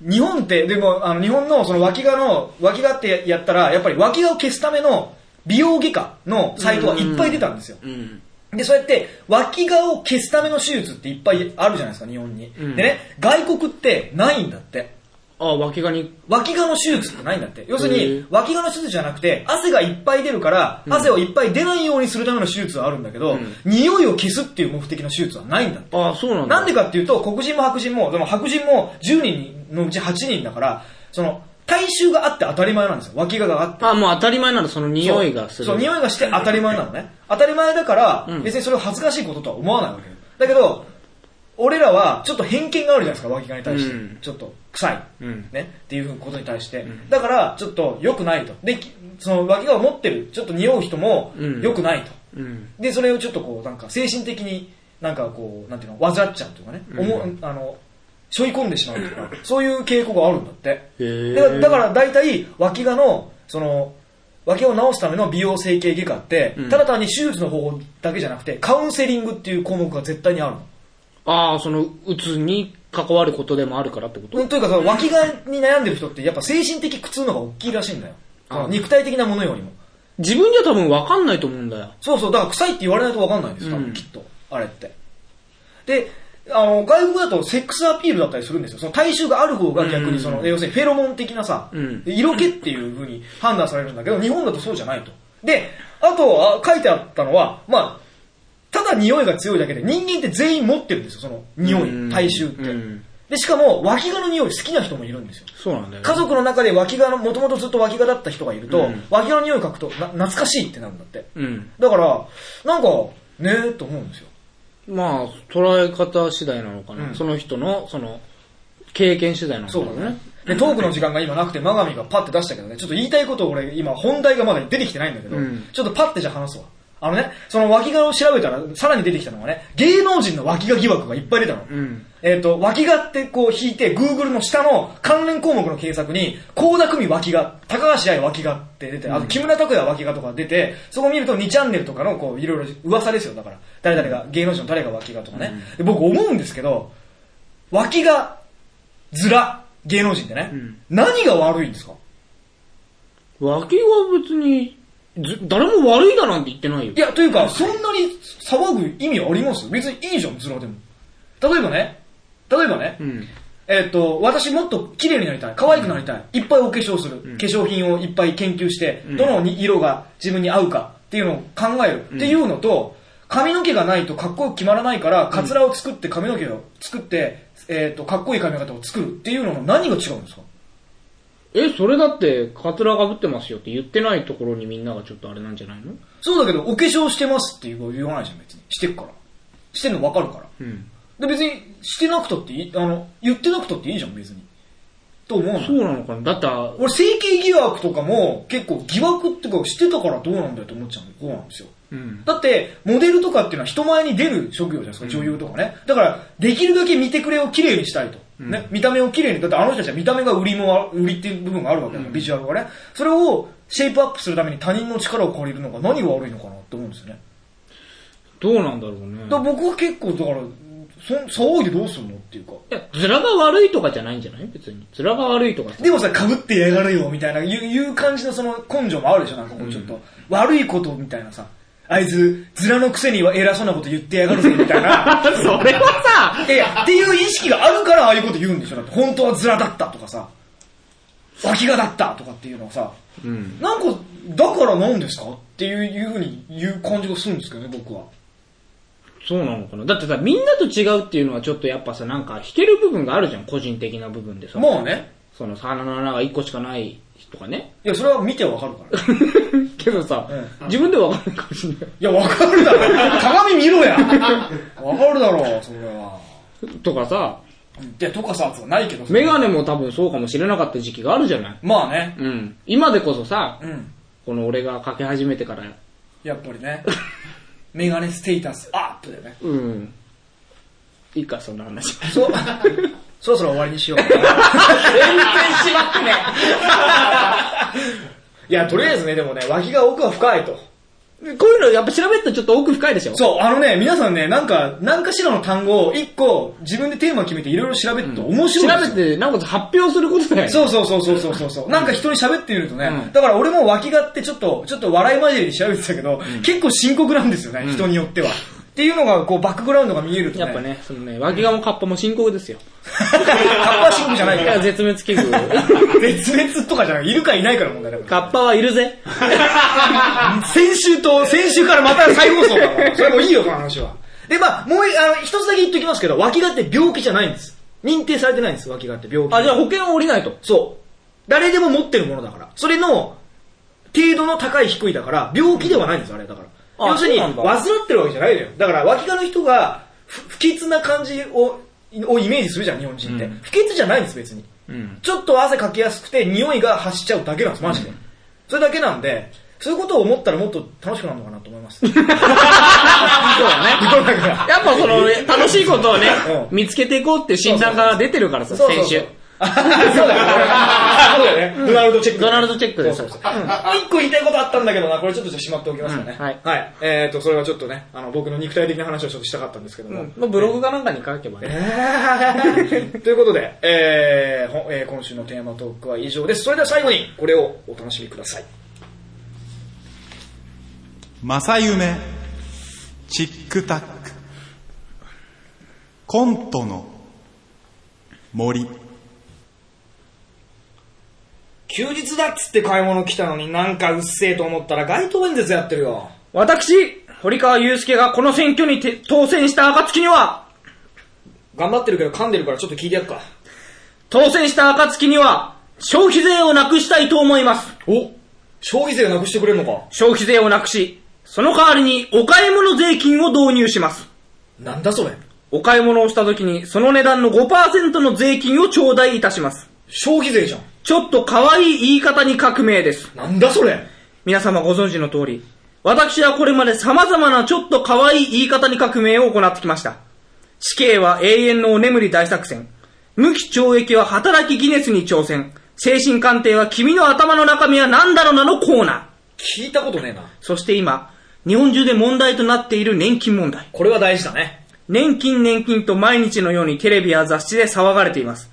S1: 日本って、でも、あの、日本のその脇がの、脇がってやったら、やっぱり脇がを消すための美容外科のサイトはいっぱい出たんですよ。
S2: うん。
S1: で、そうやって、脇がを消すための手術っていっぱいあるじゃないですか、日本に。
S2: うん
S1: でね、外国ってないんだって。
S2: ああ、脇がに、
S1: 脇がの手術ってないんだって。要する
S2: へ
S1: に
S2: ー、
S1: 脇がの手術じゃなくて、汗がいっぱい出るから、汗をいっぱい出ないようにするための手術はあるんだけど、
S2: うん
S1: 匂いを消すっていう目的の手術はないんだって。
S2: ああ、そうなんだ。
S1: なんでかっていうと、黒人も白人も、でも白人も10人のうち8人だから、その、体臭があって当たり前なんですよ。脇ががあって。
S2: ああ、もう当たり前ならその匂いがする。
S1: そう、匂いがして当たり前なのね。当たり前だから、
S2: うん
S1: 別にそれを恥ずかしいこととは思わないわけよ。だけど、俺らはちょっと偏見があるじゃないですか、脇がに対して。
S2: うん
S1: ちょっと臭い、
S2: うん
S1: ね。っていうことに対して。だから、ちょっと良くないと。で、きその脇がを持ってる、ちょっと匂う人も
S2: うん
S1: 良くないと。
S2: うん。
S1: で、それをちょっとこう、なんか精神的に、なんかこう、なんていうの、わざっちゃうというかね、思うあの、背負い込んでしまうというか、そういう傾向があるんだって。
S2: ー
S1: だからだから大体、脇がの、その、脇を治すための美容整形外科って、
S2: うん
S1: ただ単に手術の方法だけじゃなくて、カウンセリングっていう項目が絶対にあるの。
S2: ああ、その、うつに関わることでもあるからってこと、
S1: うんというかその脇がに悩んでる人って、やっぱ精神的苦痛の方が大きいらしいんだよ。その肉体的なものよりも。
S2: 自分じゃ多分分かんないと思うんだよ。
S1: そうそう、だから臭いって言われないと分かんないんです、多分、
S2: うん
S1: きっと。あれって。で、あの、外国だとセックスアピールだったりするんですよ。その体臭がある方が逆にその、
S2: うん
S1: 要するにフェロモン的なさ、
S2: うん
S1: 色気っていう風に判断されるんだけど、日本だとそうじゃないと。で、あとあ書いてあったのは、まあ、ただ匂いが強いだけで人間って全員持ってるんですよ、その匂
S2: うん
S1: い、体臭って
S2: うん。
S1: で、しかも脇がの匂い好きな人もいるんですよ。
S2: そうなんだよ、ね。
S1: 家族の中で脇がの、もともとずっと脇がだった人がいると、
S2: うん
S1: 脇がの匂い嗅ぐと、な懐かしいってなるんだって。
S2: うん。
S1: だから、なんか、ねえと思うんですよ。
S2: まあ、捉え方次第なのかな。
S1: うん
S2: その人の、その、経験次第なのか
S1: そ
S2: な。
S1: うだね。で、トークの時間が今なくて、マガミがパッて出したけどね、ちょっと言いたいことを俺、今、本題がまだ出てきてないんだけど、
S2: うん
S1: ちょっとパッてじゃあ話すわ。あのね、その脇がを調べたら、さらに出てきたのがね、芸能人の脇が疑惑がいっぱい出たの。
S2: うん
S1: えっ、と、脇がってこう引いて、Google の下の関連項目の検索に、高田組脇が、高橋愛脇がって出て、あと木村拓哉脇がとか出て、そこ見ると2チャンネルとかのこう、いろいろ噂ですよ、だから。誰々が、芸能人の誰が脇がとかね。で僕思うんですけど、脇が、ずら、芸能人ってね、
S2: うん
S1: 何が悪いんですか
S2: 脇は別に、ず誰も悪いだなんて言ってないよ。
S1: いや、というか、そんなに騒ぐ意味あります別にいいじゃん、ずらでも。例えばね、例えばね、
S2: うん。
S1: えっと、私もっと綺麗になりたい、可愛くなりたい、いっぱいお化粧する、化粧品をいっぱい研究して、
S2: ん
S1: どの色が自分に合うかっていうのを考える、っていうのと、髪の毛がないとかっこよく決まらないから、カツラを作って髪の毛を作って、えっと、かっこいい髪型を作るっていうのの何が違うんですか
S2: え、それだって、カツラがぶってますよって言ってないところにみんながちょっとあれなんじゃないの
S1: そうだけど、お化粧してますって言う言わないじゃん、別に。してるから。してんの分かるから。
S2: うん。
S1: で、別に、してなくたっていい、あの、言ってなくたっていいじゃん、別に。と思うのよ
S2: そうなのかなだって、
S1: 俺、整形疑惑とかも、結構疑惑ってか、してたからどうなんだよと思っちゃうの、こうなんですよ。
S2: うん。
S1: だって、モデルとかっていうのは人前に出る職業じゃないですか、女優とかね。だから、できるだけ見てくれを綺麗にしたいと。ね、見た目を綺麗に。だってあの人たちは見た目が売りもあ、売りっていう部分があるわけだから、ビジュアルがね。それをシェイプアップするために他人の力を借りるのが何が悪いのかなって思うんですよね。
S2: どうなんだろうね。
S1: だから僕は結構、だから、そ騒いでどうすんのっていうか。
S2: いや、面が悪いとかじゃないんじゃない別に。面が悪いとかって
S1: でもさ、被ってやがるよ、みたいな、いういう感じのその根性もあるでしょ、なんかこう、ちょっと、悪いことみたいなさ。あいつ、ズラのくせには偉そうなこと言ってやがるぜ、みたい な。
S2: それはさ、
S1: いやいや、っていう意識があるからああいうこと言うんでしょ。だって本当はズラだったとかさ、脇がだったとかっていうのをさ、
S2: うん。
S1: なんか、だからなんですかっていういうふうに言う感じがするんですけどね、僕は。
S2: そうなのかな。だってさ、みんなと違うっていうのはちょっとやっぱさ、なんか引ける部分があるじゃん、個人的な部分でさ。
S1: まあね。
S2: その、鼻の穴が一個しかないとか ね。
S1: いや、それは見てわかるから。い
S2: けどさ、
S1: う
S2: 自分ではわかんないかもしれない。
S1: や、わかるだろ。 鏡見ろや。わかるだろ、それは。
S2: とかさ、
S1: いや、とかさ、とかないけど。
S2: メガネも多分そうかもしれなかった時期があるじゃない。
S1: まあね。
S2: うん。今でこそさ、
S1: うん。
S2: この俺がかけ始めてから、
S1: やっぱりね。 メガネステータスアップでね。
S2: うん。いいか、そんな話。
S1: そ、そろそろ終わりにしようかな。
S2: しまったね。
S1: いや、とりあえずね、でもね、脇が奥は深いと。
S2: こういうのやっぱ調べるとちょっと奥深いでしょ
S1: そう、あのね、皆さんね、なんか、何かしらの単語を一個自分でテーマ決めていろいろ調べると面白いんです
S2: 調
S1: よ。
S2: べて、なおかつ発表することだよね。
S1: そうそうそうそうそうそうそう。なんか人に喋ってみるとね、
S2: うん
S1: だから俺も脇がってちょっと、ちょっと笑い混じりに調べてたけど、結構深刻なんですよね、人によっては。っていうのが、こう、バックグラウンドが見えるとね。
S2: やっぱ。 ね、そのね、脇がもカッパも深刻ですよ。
S1: カッパシングじゃない
S2: い
S1: か
S2: や
S1: ら。
S2: 絶滅危 惧。
S1: 絶滅とかじゃない。いるかいないから問題だから。
S2: カッパはいるぜ。
S1: 先週と、先週からまた再放送だから。それもういいよ、この話は。で、まあもうい、あの、一つだけ言っときますけど、脇がって病気じゃないんです。認定されてないんです、脇がって病気。
S2: あ、じゃあ保険は降りないと。
S1: そう。誰でも持ってるものだから。それの、程度の高い低いだから、病気ではないんです、あれだから。
S2: あ
S1: 要するに、
S2: そうな
S1: 患
S2: んだ
S1: ってるわけじゃないのよ。だから、脇がの人が、ふ不潔な感じを、をイメージするじゃん、日本人って。
S2: うん
S1: 不潔じゃないんです、別に。
S2: うん。
S1: ちょっと汗かきやすくて、匂いが発しちゃうだけなんです、マジで。それだけなんで、そういうことを思ったらもっと楽しくなるのかなと思います。そうだね。世の中が
S2: やっぱその、楽しいことをね
S1: うん、
S2: 見つけていこうっていう診断が出てるからさ、
S1: そうそう
S2: 先
S1: そう
S2: 週。
S1: あそうだよね。そうだよね。ドナルドチェック。
S2: ドナルドチェックです
S1: そうそうそうあ一個言いたいことあったんだけどな、これちょっとじゃあしまっておきますかね。
S2: うんはい
S1: はい。えっと、それはちょっとね、あの、僕の肉体的な話をちょっとしたかったんですけども。
S2: まあブログかなんかに書けばね。
S1: ということで、えーほえー今週のテーマトークは以上です。それでは最後にこれをお楽しみください。
S5: 正夢チックタックコントの森
S1: 休日だっつって買い物来たのになんかうっせえと思ったら街頭演説やってるよ。
S2: 私、堀川祐介がこの選挙にて当選した暁には、
S1: 頑張ってるけど噛んでるからちょっと聞いてやっか。
S2: 当選した暁には、消費税をなくしたいと思います。
S1: お消費税なくしてくれるのか
S2: 消費税をなくし、その代わりにお買い物税金を導入します。
S1: なんだそれ
S2: お買い物をした時に、その値段の5%の税金を頂戴いたします。
S1: 消費税じゃん。
S2: ちょっと可愛い言い方に革命です。
S1: なんだそれ
S2: 皆様ご存知の通り、私はこれまで様々なちょっと可愛い言い方に革命を行ってきました。死刑は永遠のお眠り大作戦。無期懲役は働きギネスに挑戦。精神鑑定は君の頭の中身は何だろうなのコーナー。
S1: 聞いたことねえな。
S2: そして今、日本中で問題となっている年金問題。
S1: これは大事だね。
S2: 年金年金と毎日のようにテレビや雑誌で騒がれています。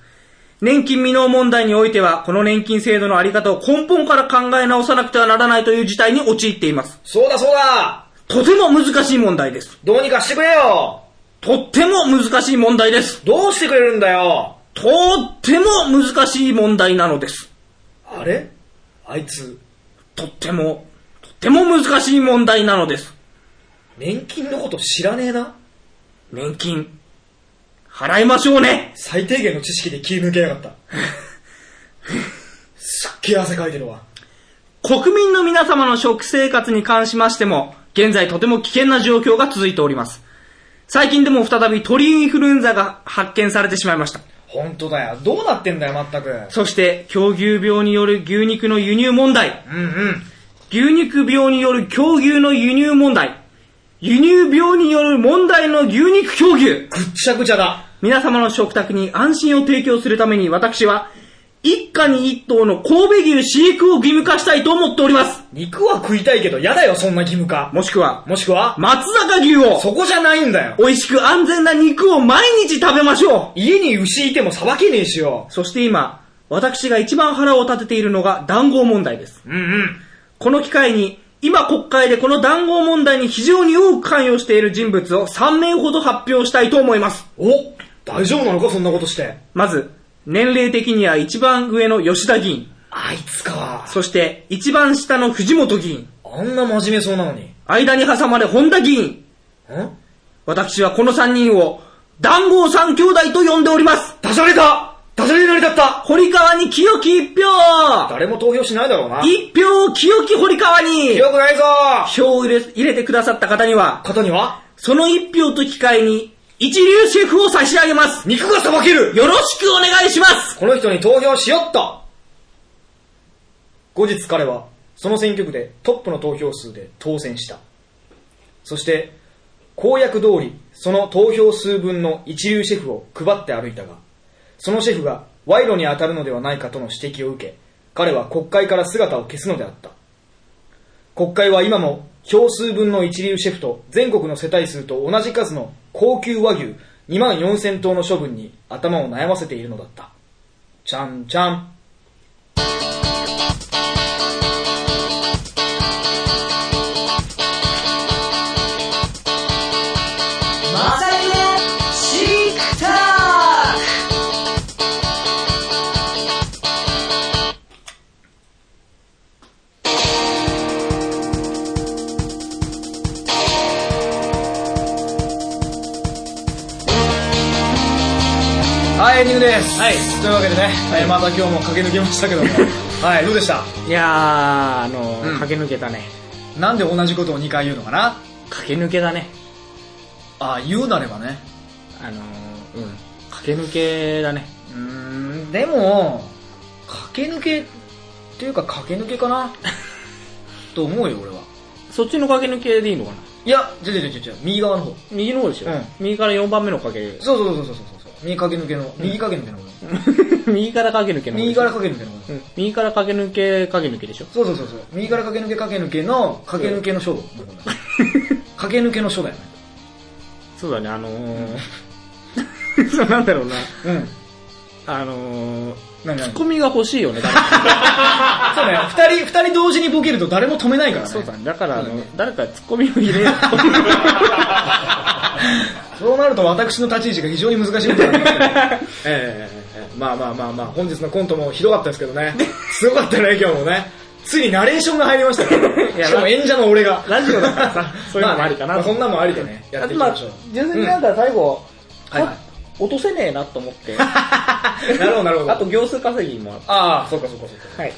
S2: 年金未納問題においては、この年金制度のあり方を根本から考え直さなくてはならないという事態に陥っています。
S1: そうだそうだ
S2: とても難しい問題です。
S1: どうにかしてくれよ
S2: とっても難しい問題です。
S1: どうしてくれるんだよ
S2: とっても難しい問題なのです。
S1: あれあいつ、
S2: とっても、とっても難しい問題なのです。
S1: 年金のこと知らねえな。
S2: 年金、払いましょうね。
S1: 最低限の知識で切り抜けや がった。すっげえ汗かいてるわ。
S2: 国民の皆様の食生活に関しましても、現在とても危険な状況が続いております。最近でも再び鳥インフルエンザが発見されてしまいました。
S1: ほんとだよ。どうなってんだよ、まったく。
S2: そして、狂牛病による牛肉の輸入問題。
S1: うんうん。
S2: 牛肉病による狂牛の輸入問題。輸入病による問題の牛肉狂牛。
S1: ぐっちゃぐちゃだ。
S2: 皆様の食卓に安心を提供するために私は、一家に一頭の神戸牛飼育を義務化したいと思っております。
S1: 肉は食いたいけど、やだよ、そんな義務化。
S2: もしくは、
S1: もしくは、
S2: 松坂牛を、
S1: そこじゃないんだよ。
S2: 美味しく安全な肉を毎日食べましょう。
S1: 家に牛いてもさばけねえしよ。
S2: そして今、私が一番腹を立てているのが談合問題です。
S1: うんうん。
S2: この機会に、今国会でこの談合問題に非常に多く関与している人物を3名ほど発表したいと思います。
S1: お大丈夫なのか、そんなことして。
S2: まず、年齢的には一番上の吉田議員、
S1: あいつか。
S2: そして一番下の藤本議員、
S1: あんな真面目そうなのに。ん
S2: 間に挟まれ本田議員、私はこの3人を、談合三兄弟と呼んでおります。
S1: ダジャレだダジャレになりたった
S2: 堀川に清き一票
S1: 誰も投票しないだろうな。
S2: 一票を清き堀川に
S1: よくないぞ
S2: 票を入れ入れてくださった方には、
S1: 方には、
S2: その一票と機会に、一流シェフを差し上げます
S1: 肉がさばける
S2: よろしくお願いします
S1: この人に投票しよっと後日彼は、その選挙区でトップの投票数で当選した。そして、公約通り、その投票数分の一流シェフを配って歩いたが、そのシェフが賄賂に当たるのではないかとの指摘を受け、彼は国会から姿を消すのであった。国会は今も票数分の一流シェフと全国の世帯数と同じ数の高級和牛2万4000頭の処分に頭を悩ませているのだった。ちゃんちゃん。
S3: まさゆのしっか
S1: はい、エンディングです。
S2: はい
S1: というわけでね、はい、また今日も駆け抜けました けども、はい、どうでした
S2: いやー、あの
S1: う
S2: ー
S1: ん
S2: 駆け抜けたね。
S1: なんで同じことを2回言うのかな
S2: 駆け抜けだね。
S1: ああ、言うなればね。
S2: あのーうん。駆け抜けだね。
S1: うーん、でも、駆け抜けっていうか駆け抜けか なと思うよ、俺は。
S2: そっちの駆け抜けでいいのかない
S1: や、違う違う違う違う、右側の方。
S2: 右の方でしょ、
S1: うん
S2: 右から4番目の駆 け。
S1: そうそうそうそうそうそう。右駆け抜けの、右駆け抜けの方ね。
S2: 右から駆け抜けの方でしょ
S1: 右から駆け抜けの方
S2: う
S1: ね。
S2: ん。右から駆け抜け、駆け抜けでしょ
S1: そうそうそうそう。右から駆け抜け駆け抜けの、駆け抜けの書の方 ね。駆け抜けの書だよね。
S2: そうだね、あの ー、そうなんだろうな。
S1: うん。
S2: あのー、
S1: 何何
S2: ツッコミが欲しいよね、だか
S1: そうね、二人、二人同時にボケると誰も止めないから
S2: ら。
S1: ね。
S2: そうだね、だから、あ
S1: そうだ
S2: の
S1: ね、
S2: 誰かツッコミを入れよ
S1: そうなると私の立ち位置が非常に難しいことになり ますけどええええまあまあまあまあ、本日のコントもひどかったですけどね。すごかったよね、今日もね。ついにナレーションが入りましたから、
S2: いや
S1: しかも演者の俺が。
S2: ラジオだからさ、そういうのもありかな
S1: ま
S2: と。
S1: あねまあそんなもんありでね、やっていきましょう。
S2: 純粋になんか最後、
S1: はいはい
S2: あ落とせねえなと思っ て。
S1: なるほど、なるほど。
S2: あと行数稼ぎもあっ
S1: ああ、そうかそうかそうか。
S2: て。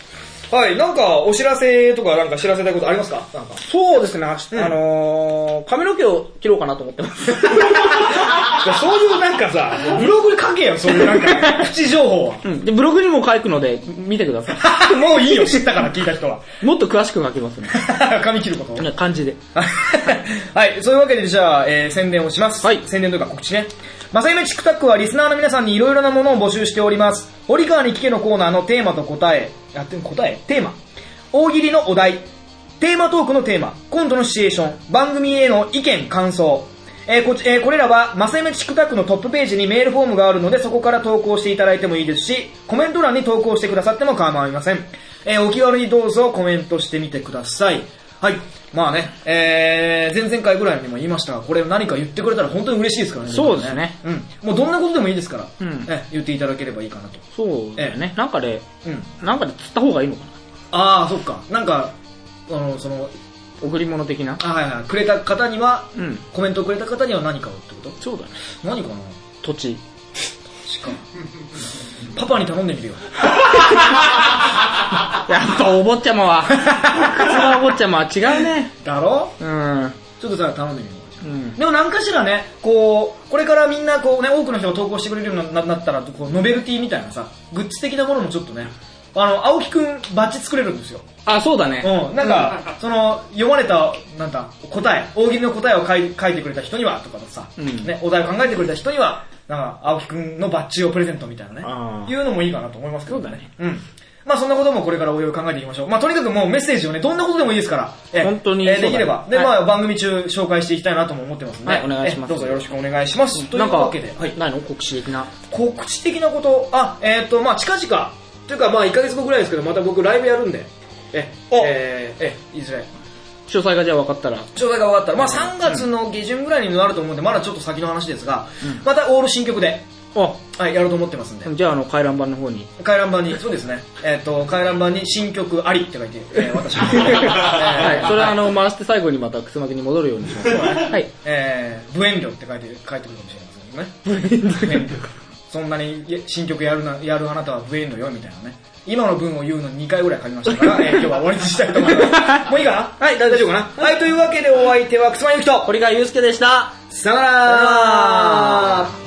S2: はい。
S1: はい、なんかお知らせとかなんか知らせたいことありますかなんか。
S2: そうですね、あ
S1: うん
S2: あのー、髪の毛を切ろうかなと思っ てます。
S1: いやそういうなんかさ、ブログに書けよ、そういうなんか、プチ情報は。
S2: うん。で、ブログにも書くので、見てくださ
S1: もういいよ、知ったから聞いた人は。
S2: い。もっと詳しく書きますね。
S1: 髪切ることを
S2: ね漢字で。
S1: はい、そういうわけでじゃあ、えー宣伝をします。
S2: はい
S1: 宣伝というか告知ね。まさゆめチクタックはリスナーの皆さんにいろいろなものを募集しております。堀川に聞けのコーナーのテーマと答え、やって答えテーマ。大喜利のお題。テーマトークのテーマ。コントのシチュエーション。番組への意見、感想。えーこちえーこれらは、まさゆめチクタックのトップページにメールフォームがあるので、そこから投稿していただいてもいいですし、コメント欄に投稿してくださっても構いません。えーお気軽にどうぞコメントしてみてください。はい。まあね、えー、前々回ぐらいにも言いましたが、これ何か言ってくれたら本当に嬉しいですからね。
S2: そうですね
S1: うん。もうどんなことでもいいですから、
S2: うん
S1: ね言っていただければいいかなと。
S2: そうだよね。なんかで、
S1: うん。
S2: なんかで釣った方がいいのかな。
S1: ああ、そっか。なんか、あの、その、
S2: 贈り物的な。
S1: あはいはい、くれた方には、
S2: うん。
S1: コメントをくれた方には何かをってこと
S2: そうだね。
S1: 何かな
S2: 土地。
S1: しか。パパに頼んでみるよ。
S2: やっぱお坊ちゃ まは、普通のお坊ちゃまは違うね。
S1: だろ
S2: うん。
S1: ちょっとさ、頼んでみるよ。
S2: うん。
S1: でも何かしらね、こう、これからみんなこうね、多くの人が投稿してくれるようにななったら、こう、ノベルティみたいなさ、グッズ的なものもちょっとね、あの、青木くん、バッジ作れるんですよ。
S2: あ、そうだね。
S1: うん、なんか、その、読まれた、なんだ、答え、大喜利の答えを書い書いてくれた人には、とかさ、
S2: うん
S1: ね、お題を考えてくれた人には、なんか、青木くんのバッジをプレゼントみたいな
S2: あ
S1: ね、
S2: ー
S1: いうのもいいかなと思いますけど
S2: そうだね。
S1: うん。まあそんなこともこれからおいおい考えていきましょう。まあとにかくもうメッセージをね、どんなことでもいいですから、え
S2: 本当に
S1: え
S2: そうだ
S1: で
S2: ね
S1: きれば。で、
S2: はい
S1: まあ番組中紹介していきたいなとも思ってますので、
S2: はいお願いします
S1: えどうぞよろしくお願いします。とい
S2: なん
S1: う
S2: か、
S1: わけで、はい
S2: ないの告知的な。
S1: 告知的なこと、あ、えっ、と、まあ近々、というかまあ1ヶ月後ぐらいですけど、また僕ライブやるんで、え、えー、え、いずれ、
S2: 詳細がじゃあ分かったら。
S1: 状態が分かったら、まあ3月の下旬ぐらいになると思うんで、まだちょっと先の話ですが、またオール新曲で、
S2: あ、
S1: はい、やろうと思ってますんで、
S2: じゃああの、回覧版の方に。
S1: 回覧版に、そうですね、えっ、と、回覧版に新曲ありって書いて、えー私 は、え
S2: はい。
S1: ー
S2: それはあの、回して最後にまた靴巻きに戻るようにします。はい。
S1: えー、無遠慮って書いて、書いてくるかもしれませんけどね。無遠慮。そんなにいや新曲やるな、やるあなたは無遠慮よ、みたいなね。今の文を言うの2回ぐらい書きましたから、えー今日は終わりにしたいと思い ます。もういいかなはい、大丈夫かなはい、というわけでお相手は、くすまゆきと、
S2: 堀川祐介でした。
S1: さよなら